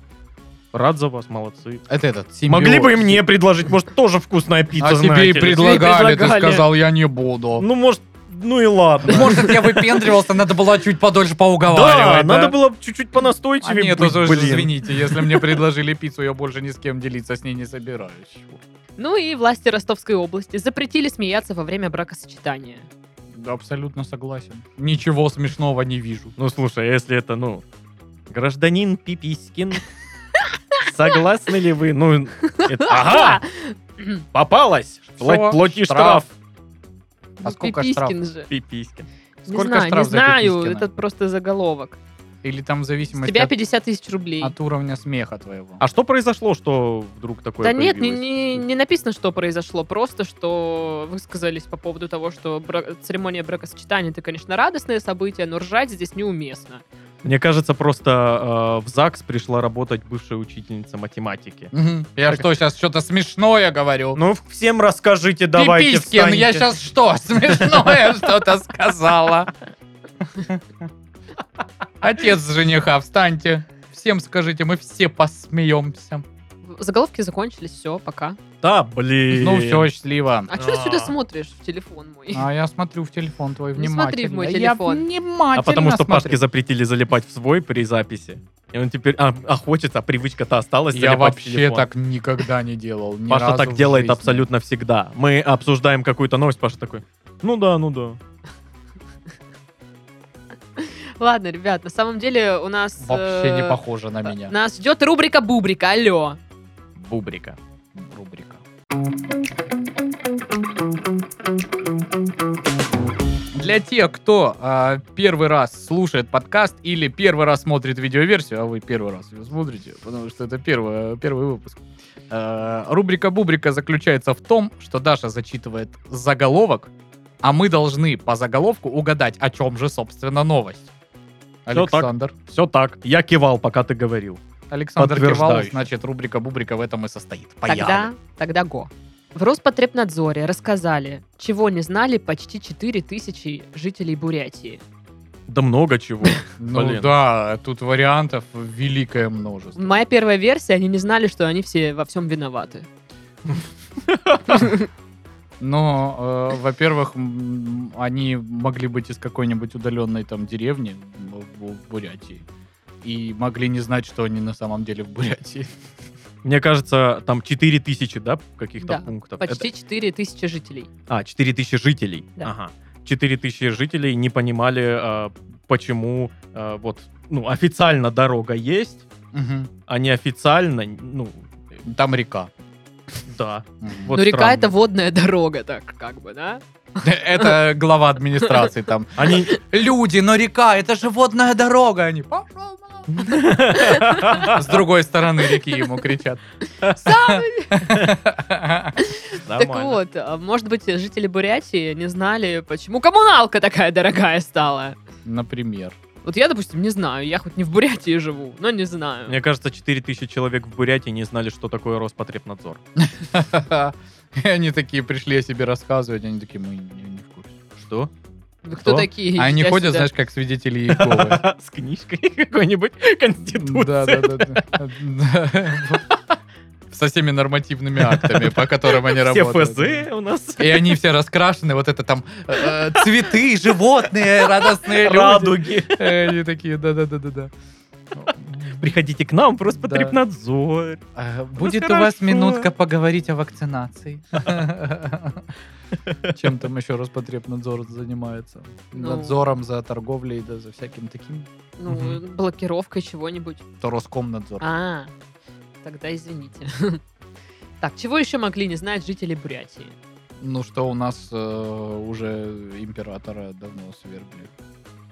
[SPEAKER 3] Рад за вас, молодцы.
[SPEAKER 2] Это этот, симбиоз.
[SPEAKER 3] Могли бы и мне предложить, может, тоже вкусная пицца,
[SPEAKER 2] А тебе
[SPEAKER 3] знаете
[SPEAKER 2] и
[SPEAKER 3] ли.
[SPEAKER 2] предлагали, ты
[SPEAKER 1] предлагали.
[SPEAKER 2] сказал, я не буду.
[SPEAKER 3] Ну, может, ну и ладно.
[SPEAKER 2] Может, я выпендривался, надо было чуть подольше
[SPEAKER 3] Да,
[SPEAKER 2] поуговаривать.
[SPEAKER 3] надо было чуть-чуть
[SPEAKER 2] А
[SPEAKER 3] понастойчивее
[SPEAKER 2] нет,
[SPEAKER 3] быть,
[SPEAKER 2] уже,
[SPEAKER 3] блин.
[SPEAKER 2] извините, если мне предложили пиццу, я больше ни с кем делиться с ней не собираюсь.
[SPEAKER 1] Ну и власти Ростовской области запретили смеяться во время бракосочетания.
[SPEAKER 2] Да, абсолютно согласен. Ничего смешного не вижу.
[SPEAKER 3] Ну, слушай, а если это, ну, гражданин Пипискин, согласны ли вы? Ну, это- ага, попалась, Пла-
[SPEAKER 2] Всё,
[SPEAKER 3] плати штраф.
[SPEAKER 2] штраф. А сколько штраф?
[SPEAKER 1] Пипискин же.
[SPEAKER 3] Пипискин.
[SPEAKER 1] Не
[SPEAKER 2] Сколько
[SPEAKER 1] знаю, не
[SPEAKER 2] штраф за
[SPEAKER 1] знаю,
[SPEAKER 2] Пипискина?
[SPEAKER 1] это просто заголовок.
[SPEAKER 2] Или там в
[SPEAKER 1] С
[SPEAKER 2] зависимости
[SPEAKER 1] тебя
[SPEAKER 2] от,
[SPEAKER 1] 50 тысяч рублей.
[SPEAKER 2] от уровня смеха твоего.
[SPEAKER 3] А что произошло, что вдруг такое
[SPEAKER 1] Да нет, не,
[SPEAKER 3] появилось?
[SPEAKER 1] не- не написано, что произошло, просто что высказались по поводу того, что бра- церемония бракосочетания это, конечно, радостное событие, но ржать здесь неуместно.
[SPEAKER 3] Мне кажется, просто э, в ЗАГС пришла работать бывшая учительница математики.
[SPEAKER 2] Мгм. Я что, сейчас что-то смешное говорю?
[SPEAKER 3] Ну, всем расскажите, давайте
[SPEAKER 2] Пипискин, я
[SPEAKER 3] встаньте.
[SPEAKER 2] сейчас что, смешное что-то сказала? Отец жениха, встаньте. Всем скажите, мы все посмеемся.
[SPEAKER 1] В- Заголовки закончились, все, пока.
[SPEAKER 3] Да, блин.
[SPEAKER 2] Ну все, счастливо.
[SPEAKER 1] А что ты
[SPEAKER 3] А.
[SPEAKER 1] сюда смотришь в телефон мой?
[SPEAKER 2] А я смотрю в телефон твой
[SPEAKER 1] Не
[SPEAKER 2] внимательно.
[SPEAKER 1] смотри в мой
[SPEAKER 2] Я
[SPEAKER 1] телефон.
[SPEAKER 2] внимательно
[SPEAKER 3] А потому что
[SPEAKER 2] смотрю.
[SPEAKER 3] Пашке запретили залипать в свой при записи. И он теперь а, а хочется, а привычка-то осталась
[SPEAKER 2] Я
[SPEAKER 3] залипать в
[SPEAKER 2] вообще
[SPEAKER 3] телефон.
[SPEAKER 2] так никогда не делал. ни
[SPEAKER 3] Паша
[SPEAKER 2] разу
[SPEAKER 3] так
[SPEAKER 2] в
[SPEAKER 3] делает
[SPEAKER 2] жизни.
[SPEAKER 3] абсолютно всегда. Мы обсуждаем какую-то новость, Паша такой, ну да, ну да.
[SPEAKER 1] Ладно, ребят, на самом деле у нас...
[SPEAKER 2] Вообще не
[SPEAKER 1] э,
[SPEAKER 2] похоже на
[SPEAKER 1] э,
[SPEAKER 2] меня.
[SPEAKER 1] Нас ждет рубрика Бубрика, алло.
[SPEAKER 3] Бубрика.
[SPEAKER 2] Рубрика. Для тех, кто а, первый раз слушает подкаст или первый раз смотрит видеоверсию, а вы первый раз ее смотрите, потому что это первое- первый выпуск. э, рубрика Бубрика заключается в том, что Даша зачитывает заголовок, а мы должны по заголовку угадать, о чем же, собственно, новость.
[SPEAKER 3] Всё так.
[SPEAKER 2] Александр.
[SPEAKER 3] Все так. Я кивал, пока ты говорил.
[SPEAKER 2] Александр кивал,
[SPEAKER 3] Подтверждаю.
[SPEAKER 2] значит, рубрика Бубрика в этом и состоит. Поехали.
[SPEAKER 1] Тогда, тогда го. В Роспотребнадзоре рассказали, чего не знали почти 4 тысячи жителей Бурятии.
[SPEAKER 3] Да много чего.
[SPEAKER 2] Ну
[SPEAKER 3] Блин.
[SPEAKER 2] да, тут вариантов великое множество.
[SPEAKER 1] Моя первая версия, они не знали, что они все во всем виноваты.
[SPEAKER 2] Но, э, во-первых, м, они могли быть из какой-нибудь удаленной там деревни в, в Бурятии. И могли не знать, что они на самом деле в Бурятии.
[SPEAKER 3] Мне кажется, там 4000, да, каких-то
[SPEAKER 1] Да,
[SPEAKER 3] пунктов.
[SPEAKER 1] Почти 4 тысячи жителей.
[SPEAKER 3] Это- А, 4000 жителей.
[SPEAKER 1] Да.
[SPEAKER 3] Ага. 4000 жителей не понимали, а, почему а, вот, ну, официально дорога есть, а неофициально, ну,
[SPEAKER 2] Там река.
[SPEAKER 3] да.
[SPEAKER 2] Мгм.
[SPEAKER 3] Вот
[SPEAKER 1] Но река
[SPEAKER 3] странно.
[SPEAKER 1] это водная дорога, так как бы, да?
[SPEAKER 2] Это глава администрации там.
[SPEAKER 3] Они...
[SPEAKER 2] Люди, но река, это же водная дорога. Они «Пошел нахуй!» с другой стороны реки ему кричат.
[SPEAKER 1] Так
[SPEAKER 3] Нормально.
[SPEAKER 1] вот, а, может быть, жители Бурятии не знали, почему коммуналка такая дорогая стала.
[SPEAKER 2] Например.
[SPEAKER 1] Вот я, допустим, не знаю, я хоть не в Бурятии живу, но не знаю.
[SPEAKER 3] Мне кажется, 4000 человек в Бурятии не знали, что такое Роспотребнадзор.
[SPEAKER 2] И они такие пришли о себе рассказывать, они такие, мы не, не в курсе.
[SPEAKER 3] Что?
[SPEAKER 1] Вы кто
[SPEAKER 3] кто?
[SPEAKER 1] такие?
[SPEAKER 2] А они
[SPEAKER 1] Я
[SPEAKER 2] ходят,
[SPEAKER 1] сюда-
[SPEAKER 2] знаешь, как свидетели Иеговы.
[SPEAKER 3] С книжкой какой-нибудь Конституции.
[SPEAKER 2] Да, да, да, да. со всеми нормативными актами, по которым они
[SPEAKER 3] Все
[SPEAKER 2] работают.
[SPEAKER 3] ФЗ у нас.
[SPEAKER 2] И они все раскрашены, вот это там э, цветы, животные, радостные люди.
[SPEAKER 3] Радуги.
[SPEAKER 2] Э, Они такие, да-да-да-да-да.
[SPEAKER 3] Приходите к нам, просто
[SPEAKER 2] Да.
[SPEAKER 3] потребнадзор.
[SPEAKER 2] Э, Будет у
[SPEAKER 3] хорошо.
[SPEAKER 2] вас минутка поговорить о вакцинации. Чем там еще Роспотребнадзор занимается?
[SPEAKER 1] Ну.
[SPEAKER 2] Надзором за торговлей, да, за всяким таким.
[SPEAKER 1] Ну, блокировкой чего-нибудь.
[SPEAKER 2] То Роскомнадзор.
[SPEAKER 1] А, тогда извините. Так, чего еще могли не знать жители Бурятии?
[SPEAKER 2] Ну что, у нас э, уже императора давно свергли.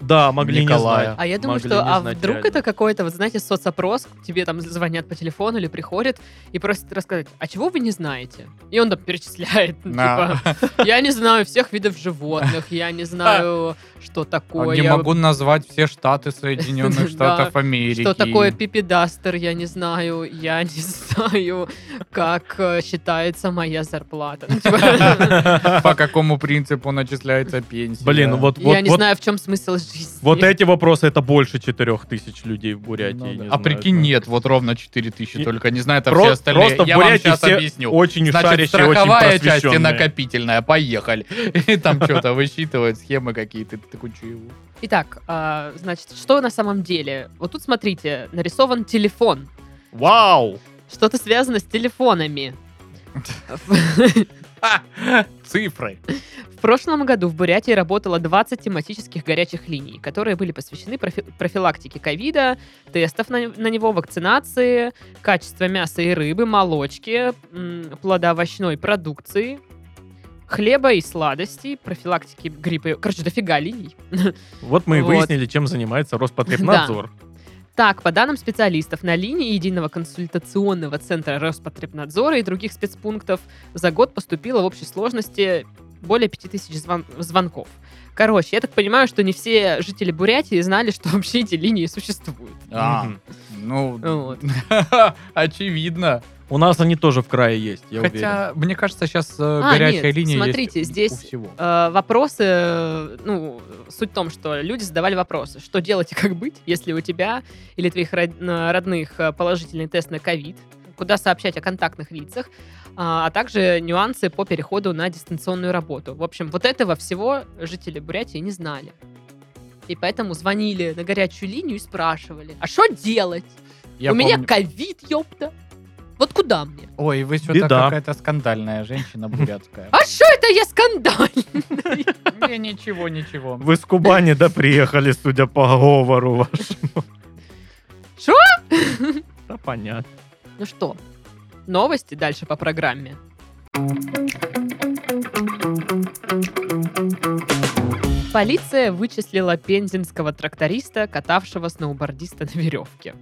[SPEAKER 3] Да, могли не
[SPEAKER 2] Николая.
[SPEAKER 3] знать.
[SPEAKER 1] А я думаю,
[SPEAKER 3] Могли
[SPEAKER 1] что
[SPEAKER 3] не
[SPEAKER 1] а
[SPEAKER 3] знать
[SPEAKER 1] вдруг
[SPEAKER 3] реально.
[SPEAKER 1] это какой-то, вот знаете, соцопрос, тебе там звонят по телефону или приходят и просят рассказать, а чего вы не знаете? И он там перечисляет, ну,
[SPEAKER 2] На.
[SPEAKER 1] типа, я не знаю всех видов животных, я не знаю,
[SPEAKER 3] А
[SPEAKER 1] что такое...
[SPEAKER 2] а не могу назвать все штаты Соединенных Штатов Америки.
[SPEAKER 1] Что такое пипедастер, я не знаю. Я не знаю, как э, считается моя зарплата. Ну, типа,
[SPEAKER 2] По какому принципу начисляется пенсия?
[SPEAKER 3] Блин, ну вот, вот,
[SPEAKER 1] Я не
[SPEAKER 3] вот,
[SPEAKER 1] знаю, в чем смысл жизни.
[SPEAKER 3] вот эти вопросы, это больше четырех тысяч людей в Бурятии.
[SPEAKER 2] Ну
[SPEAKER 3] не
[SPEAKER 2] да. А
[SPEAKER 3] знают,
[SPEAKER 2] прикинь,
[SPEAKER 3] да.
[SPEAKER 2] нет, вот ровно 4 тысячи
[SPEAKER 3] И-
[SPEAKER 2] только не знают, а
[SPEAKER 3] Про-
[SPEAKER 2] все остальные.
[SPEAKER 3] просто в
[SPEAKER 2] Я вам
[SPEAKER 3] Бурятии
[SPEAKER 2] сейчас
[SPEAKER 3] все
[SPEAKER 2] объясню.
[SPEAKER 3] Очень
[SPEAKER 2] Значит,
[SPEAKER 3] шарящие, очень
[SPEAKER 2] страховая часть и
[SPEAKER 3] просвещенные.
[SPEAKER 2] накопительная, поехали. И там что-то высчитывают, схемы какие-то, ты такой, чего?
[SPEAKER 1] Итак, а, значит, что на самом деле? Вот тут, смотрите, нарисован телефон.
[SPEAKER 3] Вау!
[SPEAKER 1] Что-то связано с телефонами.
[SPEAKER 2] А! Цифры.
[SPEAKER 1] В прошлом году в Бурятии работало 20 тематических горячих линий, которые были посвящены профи- профилактике ковида, тестов на, на него, вакцинации, качества мяса и рыбы, молочки, м, плодоовощной продукции, хлеба и сладостей, профилактики гриппа. и- Короче, дофига линий.
[SPEAKER 3] Вот мы и
[SPEAKER 1] Вот.
[SPEAKER 3] выяснили, чем занимается Роспотребнадзор.
[SPEAKER 1] Так, по данным специалистов, на линии Единого консультационного центра Роспотребнадзора и других спецпунктов за год поступило в общей сложности более 5000 звон- звонков. Короче, я так понимаю, что не все жители Бурятии знали, что вообще эти линии существуют.
[SPEAKER 2] А,
[SPEAKER 3] Мгм.
[SPEAKER 2] ну,
[SPEAKER 1] Вот.
[SPEAKER 2] очевидно.
[SPEAKER 3] У нас они тоже в крае есть, я уверен.
[SPEAKER 2] Хотя, мне кажется, сейчас э,
[SPEAKER 1] А,
[SPEAKER 2] горячая
[SPEAKER 1] нет,
[SPEAKER 2] линия есть
[SPEAKER 1] смотрите,
[SPEAKER 2] у
[SPEAKER 1] здесь,
[SPEAKER 2] всего.
[SPEAKER 1] Э, вопросы, э, ну, суть в том, что люди задавали вопросы, что делать и как быть, если у тебя или твоих род- э, родных э, положительный тест на ковид, куда сообщать о контактных лицах, а а также нюансы по переходу на дистанционную работу. В общем, вот этого всего жители Бурятии не знали. И поэтому звонили на горячую линию и спрашивали, а что делать?
[SPEAKER 2] Я
[SPEAKER 1] у меня
[SPEAKER 2] помню-
[SPEAKER 1] ковид, ёпта. Вот куда мне?
[SPEAKER 2] Ой, вы что-то
[SPEAKER 3] Беда.
[SPEAKER 2] какая-то скандальная женщина бурятская.
[SPEAKER 1] А что это я скандаль?
[SPEAKER 2] Не, ничего, ничего.
[SPEAKER 3] Вы с Кубани, да, приехали, судя по говору вашему.
[SPEAKER 1] Чё?
[SPEAKER 3] Да, понятно.
[SPEAKER 1] Ну что, новости дальше по программе. Полиция вычислила пензенского тракториста, катавшего сноубордиста на веревке.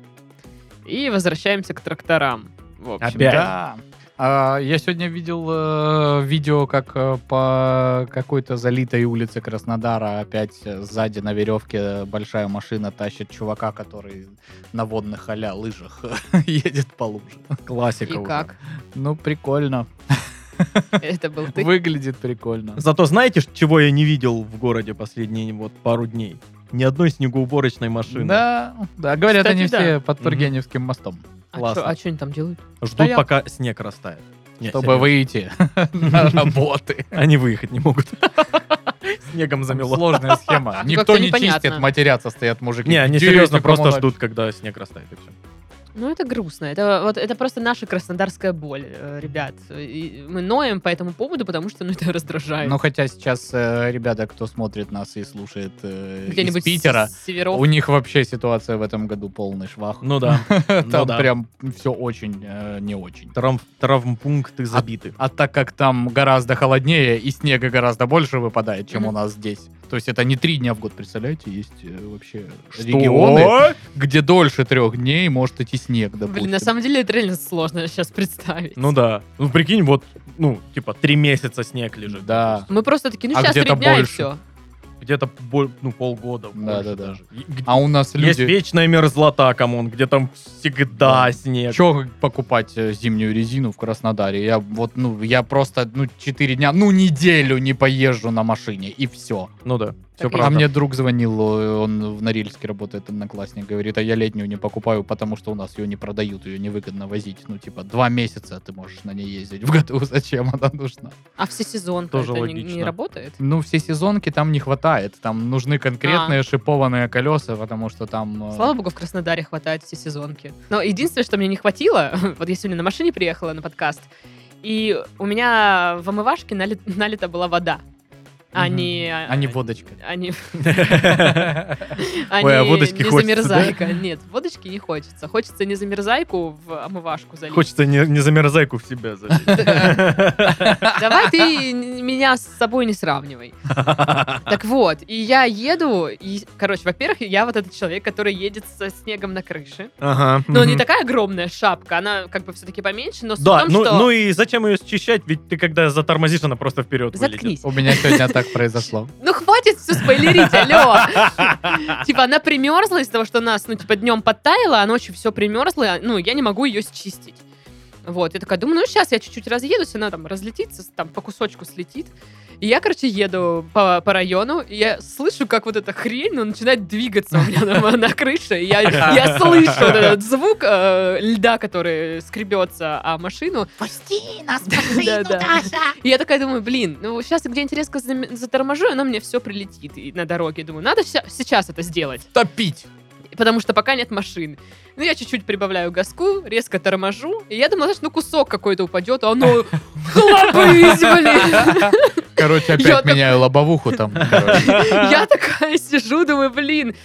[SPEAKER 1] И возвращаемся к тракторам. В общем.
[SPEAKER 3] Опять.
[SPEAKER 2] Да. А, Я сегодня видел э, видео, как э, по какой-то залитой улице Краснодара опять э, сзади на веревке большая машина тащит чувака, который на водных а-ля лыжах едет по луже.
[SPEAKER 3] Классика
[SPEAKER 1] И
[SPEAKER 3] уже.
[SPEAKER 1] как?
[SPEAKER 2] Ну, прикольно.
[SPEAKER 1] Это был А ты?
[SPEAKER 2] Выглядит прикольно.
[SPEAKER 3] Зато знаете, ш- чего я не видел в городе последние вот пару дней? Ни одной снегоуборочной машины.
[SPEAKER 2] Да, да, говорят
[SPEAKER 1] Кстати,
[SPEAKER 2] они
[SPEAKER 1] да.
[SPEAKER 2] все под Тургеневским мостом,
[SPEAKER 1] А
[SPEAKER 3] классно.
[SPEAKER 1] что они там делают?
[SPEAKER 3] Ждут,
[SPEAKER 2] стоят.
[SPEAKER 3] пока снег растает. Не,
[SPEAKER 2] чтобы
[SPEAKER 3] серьезно.
[SPEAKER 2] выйти на работы.
[SPEAKER 3] Они выехать не могут. Снегом замело.
[SPEAKER 2] Сложная схема. Никто
[SPEAKER 1] как-то
[SPEAKER 2] не
[SPEAKER 1] непонятно.
[SPEAKER 2] чистит, матерятся стоят мужики.
[SPEAKER 3] Не, они
[SPEAKER 2] Дерете
[SPEAKER 3] серьезно
[SPEAKER 2] кому
[SPEAKER 3] просто
[SPEAKER 2] надо.
[SPEAKER 3] ждут, когда снег растает, и все.
[SPEAKER 1] Ну, это грустно. Это, вот, это просто наша краснодарская боль, э, ребят. И мы ноем по этому поводу, потому что ну, это раздражает.
[SPEAKER 2] Ну, хотя сейчас, э, ребята, кто смотрит нас и слушает э, из
[SPEAKER 1] Где-нибудь с-
[SPEAKER 2] Питера,
[SPEAKER 1] с северов.
[SPEAKER 2] у них вообще ситуация в этом году полный швах.
[SPEAKER 3] Ну да.
[SPEAKER 2] Там
[SPEAKER 3] ну да.
[SPEAKER 2] прям все очень э, не очень.
[SPEAKER 3] Травм- Травмпункты забиты.
[SPEAKER 2] А так как там гораздо холоднее и снега гораздо больше выпадает, чем
[SPEAKER 1] Мгм.
[SPEAKER 2] у нас здесь. То есть это не три дня в год, представляете? Есть э, вообще регионы, где дольше трех дней может идти снег, допустим.
[SPEAKER 1] Блин, на самом деле это реально сложно сейчас представить.
[SPEAKER 3] Ну да. Ну прикинь, вот, ну, типа, три месяца снег лежит.
[SPEAKER 2] Да.
[SPEAKER 1] Мы просто такие, ну
[SPEAKER 2] А
[SPEAKER 1] сейчас три
[SPEAKER 2] где-то
[SPEAKER 1] дня и
[SPEAKER 2] больше.
[SPEAKER 1] все.
[SPEAKER 3] где-то бо- ну, полгода.
[SPEAKER 2] Да,
[SPEAKER 3] больше
[SPEAKER 2] да, да.
[SPEAKER 3] даже. И- г-
[SPEAKER 2] А у нас
[SPEAKER 3] Есть
[SPEAKER 2] люди...
[SPEAKER 3] вечная мерзлота, камон, где там всегда
[SPEAKER 2] Да.
[SPEAKER 3] снег.
[SPEAKER 2] Че покупать э, зимнюю резину в Краснодаре? Я вот, ну, я просто, ну, 4 дня, ну, неделю не поезжу на машине, и все.
[SPEAKER 3] Ну да, все
[SPEAKER 1] Так и
[SPEAKER 2] А
[SPEAKER 3] правда.
[SPEAKER 2] мне друг звонил, э, он в Норильске работает, одноклассник, говорит, а я летнюю не покупаю, потому что у нас ее не продают, ее невыгодно возить. Ну, типа, два месяца ты можешь на ней ездить в году, зачем она нужна?
[SPEAKER 1] А все сезон
[SPEAKER 3] Тоже
[SPEAKER 1] тоже не,
[SPEAKER 3] логично.
[SPEAKER 1] работает?
[SPEAKER 2] Ну, все сезонки там не хватает, там нужны конкретные шипованные колеса, потому что там... э,
[SPEAKER 1] Слава богу, в Краснодаре хватает все сезонки. Но единственное, что мне не хватило, вот я сегодня на машине приехала на подкаст, и у меня в омывашке нали- налита была вода. А
[SPEAKER 2] Мгм.
[SPEAKER 1] не...
[SPEAKER 2] А не водочка.
[SPEAKER 1] Они,
[SPEAKER 3] Ой, а водочки
[SPEAKER 1] не
[SPEAKER 3] хочется, да?
[SPEAKER 1] замерзайка. Нет, водочки не хочется. Хочется не замерзайку в омывашку залить.
[SPEAKER 3] Хочется не, не замерзайку в себя залить.
[SPEAKER 1] Давай ты н- меня с собой не сравнивай. Так вот, и я еду, и, короче, во-первых, я вот этот человек, который едет со снегом на крыше.
[SPEAKER 3] Ага.
[SPEAKER 1] Но не
[SPEAKER 3] мгм.
[SPEAKER 1] такая огромная шапка, она как бы все-таки поменьше, но с
[SPEAKER 3] Да,
[SPEAKER 1] том,
[SPEAKER 3] ну,
[SPEAKER 1] что...
[SPEAKER 3] ну и зачем ее счищать? Ведь ты когда затормозишь, она просто вперед вылетит.
[SPEAKER 1] Заткнись.
[SPEAKER 2] У меня сегодня так произошло.
[SPEAKER 1] Ну хватит все спойлерить, алло. Типа она примерзла из-за того, что нас, ну типа днем подтаяло, а ночью все примерзло, ну я не могу ее счистить. Вот, я такая думаю, ну сейчас я чуть-чуть разъедусь, она там разлетится, с- там по кусочку слетит. И я, короче, еду по, по району, и я слышу, как вот эта хрень, ну, начинает двигаться у меня на, на крыше. И Я, я слышу вот этот звук э, льда, который скребется о машину,
[SPEAKER 4] Пусти нас,
[SPEAKER 1] Да,
[SPEAKER 4] машину,
[SPEAKER 1] да.
[SPEAKER 4] Даша!
[SPEAKER 1] И я такая думаю, блин, ну сейчас где-нибудь резко зам- заторможу, и оно мне все прилетит и на дороге. Думаю, надо ща- сейчас это сделать,
[SPEAKER 2] Топить!
[SPEAKER 1] потому что пока нет машин. Ну, я чуть-чуть прибавляю газку, резко торможу, и я думала, знаешь, ну кусок какой-то упадет, а оно хлопысь, блин.
[SPEAKER 2] Короче,
[SPEAKER 1] Я
[SPEAKER 2] опять
[SPEAKER 1] так-
[SPEAKER 2] меняю лобовуху там. короче.
[SPEAKER 1] Я такая сижу, думаю, блин,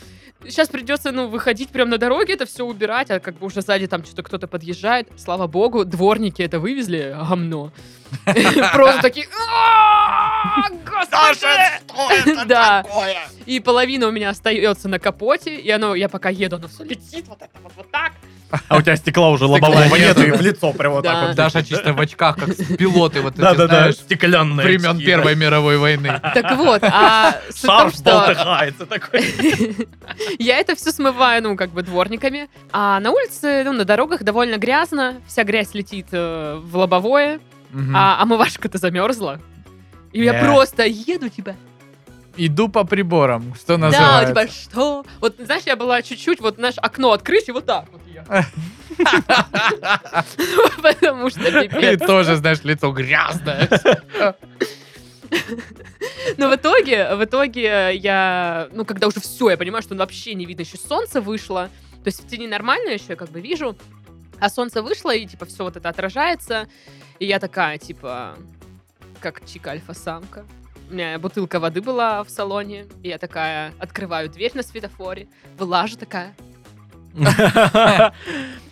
[SPEAKER 1] сейчас придется, ну, выходить прям на дороге, это все убирать, а как бы уже сзади там что-то кто-то подъезжает. Слава богу, дворники это вывезли, гомно. Просто такие... «А, Господи!
[SPEAKER 4] Даша, что это
[SPEAKER 1] Да.
[SPEAKER 4] такое?
[SPEAKER 1] И половина у меня остается на капоте, и оно, я пока еду, оно все летит вот это вот, вот так.
[SPEAKER 3] А у тебя стекла уже
[SPEAKER 2] Стекла
[SPEAKER 3] лобового нет,
[SPEAKER 2] нет.
[SPEAKER 3] и в лицо прям вот
[SPEAKER 1] Да.
[SPEAKER 3] так вот.
[SPEAKER 2] Даша чисто в очках, как пилоты, вот эти,
[SPEAKER 3] Да-да-да,
[SPEAKER 2] знаешь,
[SPEAKER 3] стеклянные.
[SPEAKER 2] времен
[SPEAKER 3] очки,
[SPEAKER 2] Первой мировой войны.
[SPEAKER 1] Так вот, а
[SPEAKER 3] да.
[SPEAKER 1] суть в том,
[SPEAKER 3] Шарф
[SPEAKER 1] что
[SPEAKER 3] болтыхается такой.
[SPEAKER 1] я это все смываю, ну, как бы дворниками. А на улице, ну, на дорогах довольно грязно, вся грязь летит э, в лобовое,
[SPEAKER 2] Мгм. Э.
[SPEAKER 1] а омывашка-то замерзла. И я
[SPEAKER 3] Да.
[SPEAKER 1] просто еду, типа,
[SPEAKER 2] Иду по приборам, что
[SPEAKER 1] да,
[SPEAKER 2] называется.
[SPEAKER 1] типа, что? Вот, знаешь, я была чуть-чуть, вот, знаешь, окно открыть, и вот так вот я. Потому что
[SPEAKER 2] И
[SPEAKER 1] пипец.
[SPEAKER 2] тоже, знаешь, лицо грязное.
[SPEAKER 1] Но в итоге, в итоге я, ну, когда уже все, я понимаю, что ну, вообще не видно, еще солнце вышло. То есть в тени нормально еще, я как бы вижу. А солнце вышло, и, типа, все вот это отражается. И я такая, типа, как чика альфа-самка. У меня бутылка воды была в салоне. И я такая, открываю дверь на светофоре, вылажу такая.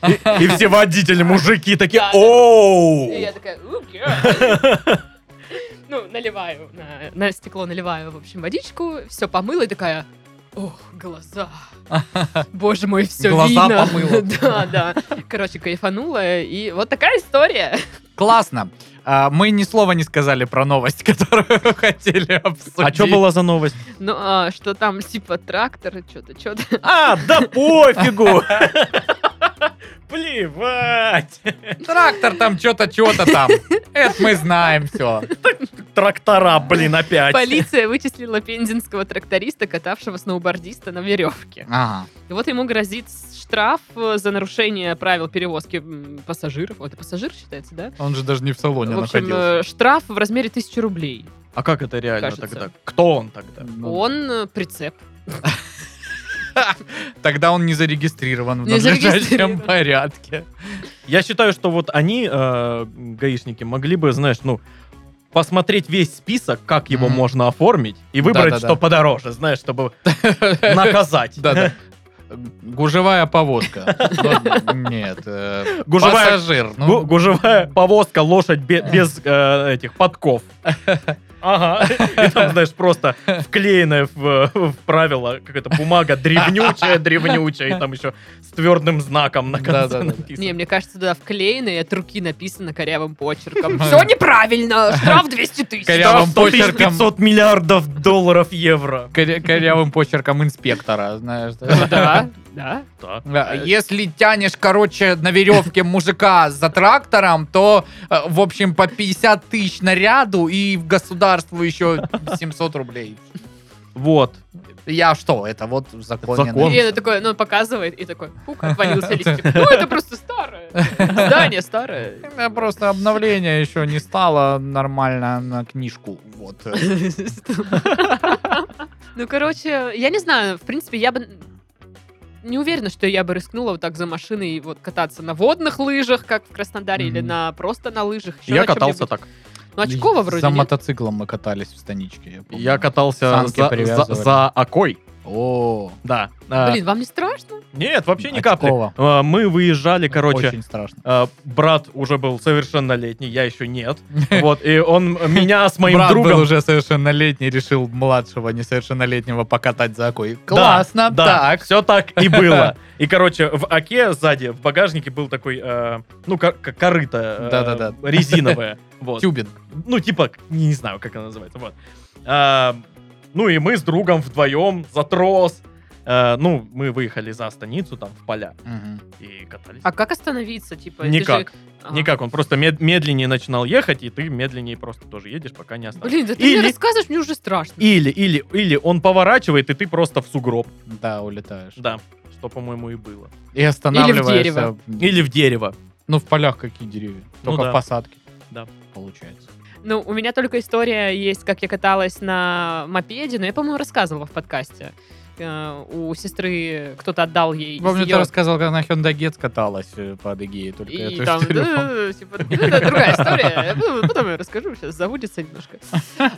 [SPEAKER 3] И- И все водители, мужики такие,
[SPEAKER 1] Да, да.
[SPEAKER 3] оу!
[SPEAKER 1] И я такая, «Ooh, girl». Ну, наливаю, на, на стекло наливаю, в общем, водичку, все помыла и такая, ох, глаза. Боже мой, все
[SPEAKER 2] Глаза
[SPEAKER 1] видно.
[SPEAKER 2] помыла.
[SPEAKER 1] Да, да. Короче, кайфанула, и вот такая история.
[SPEAKER 2] Классно. А, Мы ни слова не сказали про новость, которую хотели обсудить.
[SPEAKER 3] А что была за новость?
[SPEAKER 1] Ну, а, что там, типа, трактор, что-то, что-то.
[SPEAKER 3] А, да пофигу! Плевать!
[SPEAKER 2] Трактор там, что-то, что-то там. Это мы знаем все.
[SPEAKER 3] Трактора, блин,
[SPEAKER 2] А
[SPEAKER 3] опять.
[SPEAKER 1] Полиция вычислила пензенского тракториста, катавшего сноубордиста на веревке.
[SPEAKER 2] Ага.
[SPEAKER 1] И вот ему грозит штраф э, за нарушение правил перевозки м, пассажиров. О, это пассажир считается, да?
[SPEAKER 2] Он же даже не в салоне
[SPEAKER 1] в общем,
[SPEAKER 2] находился.
[SPEAKER 1] э, штраф в размере 1000 рублей.
[SPEAKER 3] А как это реально
[SPEAKER 1] Кажется.
[SPEAKER 3] тогда? Кто он тогда?
[SPEAKER 2] Ну,
[SPEAKER 1] Он э, прицеп.
[SPEAKER 2] Тогда он не зарегистрирован в
[SPEAKER 1] Не
[SPEAKER 2] надлежащем
[SPEAKER 1] зарегистрирован.
[SPEAKER 2] порядке.
[SPEAKER 3] Я считаю, что вот они, э, гаишники, могли бы, знаешь, ну, посмотреть весь список, как его
[SPEAKER 2] Мгм.
[SPEAKER 3] можно оформить, и выбрать,
[SPEAKER 2] Да-да-да.
[SPEAKER 3] что подороже, знаешь, чтобы наказать.
[SPEAKER 2] Да, да. Гужевая поводка. Ну, Нет. э,
[SPEAKER 3] Гужевая-
[SPEAKER 2] Пассажир.
[SPEAKER 3] Гу-
[SPEAKER 2] Ну,
[SPEAKER 3] Гужевая повозка, лошадь бе- без э, этих подков. Ага. И там, знаешь, просто вклеенная в, в правила какая-то бумага древнючая, древнючая, и там еще с твердым знаком на конце
[SPEAKER 2] Да-да-да.
[SPEAKER 3] написано.
[SPEAKER 1] Не, мне кажется, туда вклеено и от руки написано корявым почерком. Все неправильно, штраф 200 тысяч.
[SPEAKER 2] Коря-
[SPEAKER 3] Там
[SPEAKER 2] Прям
[SPEAKER 3] 100 тысяч
[SPEAKER 2] почерком.
[SPEAKER 3] 500 миллиардов долларов евро.
[SPEAKER 2] Коря- Корявым почерком инспектора, знаешь.
[SPEAKER 3] Э,
[SPEAKER 2] да.
[SPEAKER 1] Да, да.
[SPEAKER 3] Да.
[SPEAKER 2] Да, Если тянешь, короче, на веревке мужика за трактором, то, э, в общем, по 50 тысяч наряду и в государству еще 700 рублей.
[SPEAKER 3] Вот.
[SPEAKER 2] Я что, это вот в законе
[SPEAKER 3] Закон.
[SPEAKER 2] написано.
[SPEAKER 1] И это такое, ну, показывает, и такой, пук, отвалился листик. Ну, это просто старое. Здание старое.
[SPEAKER 2] Да, Просто обновление еще не стало нормально на книжку. Вот.
[SPEAKER 1] Ну, короче, я не знаю, в принципе, я бы... Не уверена, что я бы рискнула вот так за машиной вот кататься на водных лыжах, как в Краснодаре, или
[SPEAKER 2] Мгм.
[SPEAKER 1] на просто на лыжах. ещё
[SPEAKER 3] Я
[SPEAKER 1] на
[SPEAKER 3] катался
[SPEAKER 1] чём-нибудь.
[SPEAKER 3] так.
[SPEAKER 1] Ну, Очкова вроде
[SPEAKER 2] За
[SPEAKER 1] нет.
[SPEAKER 2] мотоциклом мы катались в станичке. Я, помню.
[SPEAKER 3] Я катался
[SPEAKER 2] Санки
[SPEAKER 3] за, за,
[SPEAKER 2] привязывали.
[SPEAKER 3] за окой.
[SPEAKER 2] О,
[SPEAKER 3] Да. А,
[SPEAKER 1] Блин, вам не страшно?
[SPEAKER 3] Нет, вообще ни
[SPEAKER 2] от
[SPEAKER 3] капли.
[SPEAKER 2] такого.
[SPEAKER 3] А, Мы выезжали, короче,
[SPEAKER 2] Очень страшно.
[SPEAKER 3] а, брат уже был совершеннолетний, я еще нет. Вот, и он меня с моим
[SPEAKER 2] Брат был
[SPEAKER 3] другом...
[SPEAKER 2] уже совершеннолетний, решил младшего несовершеннолетнего покатать за окой.
[SPEAKER 3] Да,
[SPEAKER 2] Классно,
[SPEAKER 3] да,
[SPEAKER 2] так.
[SPEAKER 3] Все так и было. И, короче, в оке сзади, в багажнике был такой, э, ну, ко- ко- корыто э,
[SPEAKER 2] Да-да-да.
[SPEAKER 3] резиновое. Вот.
[SPEAKER 2] Тюбинг.
[SPEAKER 3] Ну, типа, не знаю, как она называется. Вот. А, Ну, и мы с другом вдвоем за трос. Э, Ну, мы выехали за станицу, там, в поля,
[SPEAKER 2] Мгм.
[SPEAKER 3] и катались.
[SPEAKER 1] А как остановиться, типа? это
[SPEAKER 3] Никак.
[SPEAKER 1] же- А.
[SPEAKER 3] Никак, он просто мед- медленнее начинал ехать, и ты медленнее просто тоже едешь, пока не остановишься.
[SPEAKER 1] Блин, да ты
[SPEAKER 3] Или-
[SPEAKER 1] мне рассказываешь, мне уже страшно.
[SPEAKER 3] Или, или, или он поворачивает, и ты просто в сугроб.
[SPEAKER 2] Да, улетаешь.
[SPEAKER 3] Да. Что, по-моему, и было.
[SPEAKER 2] И останавливаешься.
[SPEAKER 1] дерево.
[SPEAKER 3] Или в дерево.
[SPEAKER 2] Ну, в полях какие деревья.
[SPEAKER 3] Ну
[SPEAKER 2] Только
[SPEAKER 3] да.
[SPEAKER 2] в посадке.
[SPEAKER 3] Да.
[SPEAKER 2] Получается.
[SPEAKER 1] Ну, у меня только история есть, как я каталась на мопеде, но я, по-моему, рассказывала в подкасте. Э, У сестры кто-то отдал ей из
[SPEAKER 2] Помню, ты
[SPEAKER 1] её-
[SPEAKER 2] рассказывал, когда на Hyundai Getz каталась э, по Адыгее. Только
[SPEAKER 1] и
[SPEAKER 2] эту
[SPEAKER 1] там,
[SPEAKER 2] историю помню.
[SPEAKER 1] да, типа, ну, это другая история. Ну, Потом я расскажу, сейчас забудется немножко.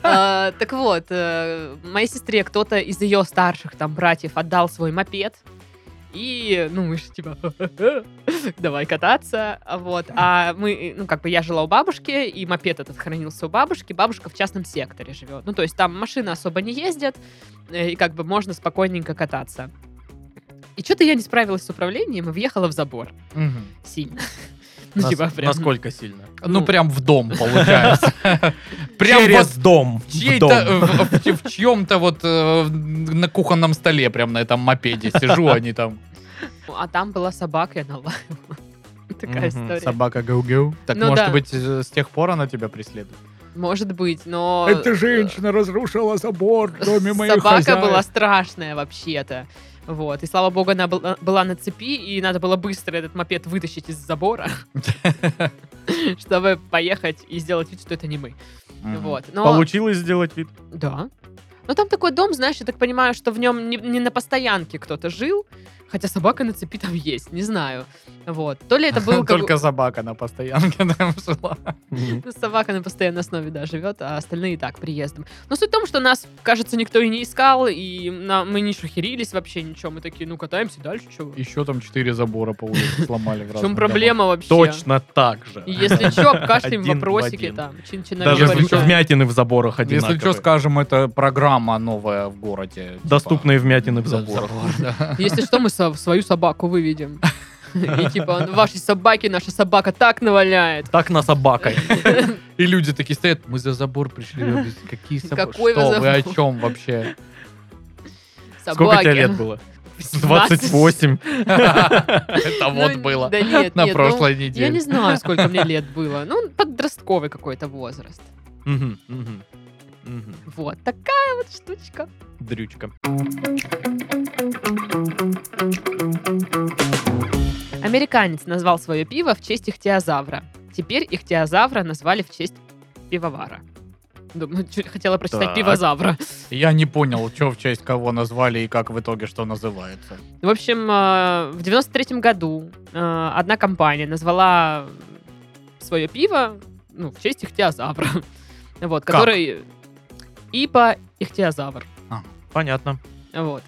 [SPEAKER 1] А, Так вот, э, моей сестре кто-то из ее старших там братьев отдал свой мопед. И, ну, мы же типа, давай кататься, а вот. А мы, ну, как бы я жила у бабушки, и мопед этот хранился у бабушки. Бабушка в частном секторе живет. Ну, то есть там машины особо не ездят, э, и как бы можно спокойненько кататься. И что-то я не справилась с управлением и въехала в забор
[SPEAKER 2] Мгм.
[SPEAKER 1] сильно. Ну,
[SPEAKER 3] Нас-
[SPEAKER 1] типа, прям.
[SPEAKER 3] Насколько сильно?
[SPEAKER 2] Ну, прям в дом, получается. Прям вот
[SPEAKER 3] Через дом. В
[SPEAKER 2] чьей-то,
[SPEAKER 3] дом.
[SPEAKER 2] э, в, в- в чьем-то вот э, на кухонном столе, прям на этом мопеде сижу, они там.
[SPEAKER 1] А там была собака, и она лаяла. Такая
[SPEAKER 3] Мгм,
[SPEAKER 1] история.
[SPEAKER 2] Собака гау-гау. Так,
[SPEAKER 1] Ну
[SPEAKER 2] может
[SPEAKER 1] да.
[SPEAKER 2] быть, э, с тех пор она тебя преследует?
[SPEAKER 1] Может быть, но...
[SPEAKER 2] разрушила забор в доме
[SPEAKER 1] Собака была страшная вообще-то. Вот. И слава богу, она была, была на цепи, и надо было быстро этот мопед вытащить из забора, чтобы поехать и сделать вид, что это не мы. Вот. Но...
[SPEAKER 3] Получилось сделать вид.
[SPEAKER 1] Да. Но там такой дом, знаешь, я так понимаю, что в нем не, не на постоянке кто-то жил, хотя собака на цепи там есть, не знаю. Вот. То ли это был... как-
[SPEAKER 2] Только собака на постоянке там жила.
[SPEAKER 1] Ну, Собака на постоянной основе, да, живет, а остальные так, приездом. Но суть в том, что нас, кажется, никто и не искал, и на- мы не шухерились вообще ничего. Мы такие, ну, катаемся дальше, чего?
[SPEAKER 2] Еще там четыре забора по улице сломали.
[SPEAKER 1] В чем проблема вообще?
[SPEAKER 3] Точно так же.
[SPEAKER 1] И Если что, обкашляем
[SPEAKER 3] Один в
[SPEAKER 1] вопросики
[SPEAKER 3] один.
[SPEAKER 1] там. чин
[SPEAKER 3] Даже
[SPEAKER 2] Наверное,
[SPEAKER 3] в-
[SPEAKER 2] да.
[SPEAKER 3] вмятины в заборах одинаковые.
[SPEAKER 2] Если что, скажем, это программа новая в городе. типа,
[SPEAKER 3] Доступные вмятины
[SPEAKER 2] да,
[SPEAKER 3] в заборах.
[SPEAKER 2] да.
[SPEAKER 1] Если что, мы со- свою собаку выведем. И типа, «Ну, вашей собаке наша собака так наваляет.
[SPEAKER 3] Так на собакой.
[SPEAKER 2] И люди такие стоят, мы за забор пришли. Я говорю, Какие собаки?
[SPEAKER 1] Какой вы
[SPEAKER 2] Что вы о
[SPEAKER 1] забор?»
[SPEAKER 2] чем вообще?
[SPEAKER 3] Сколько тебе
[SPEAKER 1] Собаке.
[SPEAKER 3] лет было?
[SPEAKER 1] 18.
[SPEAKER 3] 28. А
[SPEAKER 2] Это
[SPEAKER 1] Ну,
[SPEAKER 2] вот было
[SPEAKER 1] Да нет,
[SPEAKER 2] на
[SPEAKER 1] нет, ну,
[SPEAKER 2] прошлой
[SPEAKER 1] Я не
[SPEAKER 2] неделе.
[SPEAKER 1] знаю, сколько мне лет было. Ну, подростковый какой-то возраст.
[SPEAKER 3] Мгм, мгм, мгм.
[SPEAKER 1] Вот такая вот штучка.
[SPEAKER 3] Дрючка.
[SPEAKER 1] Американец назвал свое пиво в честь ихтиозавра. Теперь ихтиозавра назвали в честь пивовара. Думаю, чуть хотела прочитать
[SPEAKER 3] Так.
[SPEAKER 1] пивозавра.
[SPEAKER 2] Я не понял, что в честь кого назвали и как в итоге что называется.
[SPEAKER 1] В общем, э, в 93 году э, одна компания назвала свое пиво ну, в честь ихтиозавра. Вот,
[SPEAKER 2] Как?
[SPEAKER 1] который... Ипа ихтиозавр.
[SPEAKER 3] Понятно.
[SPEAKER 1] Вот.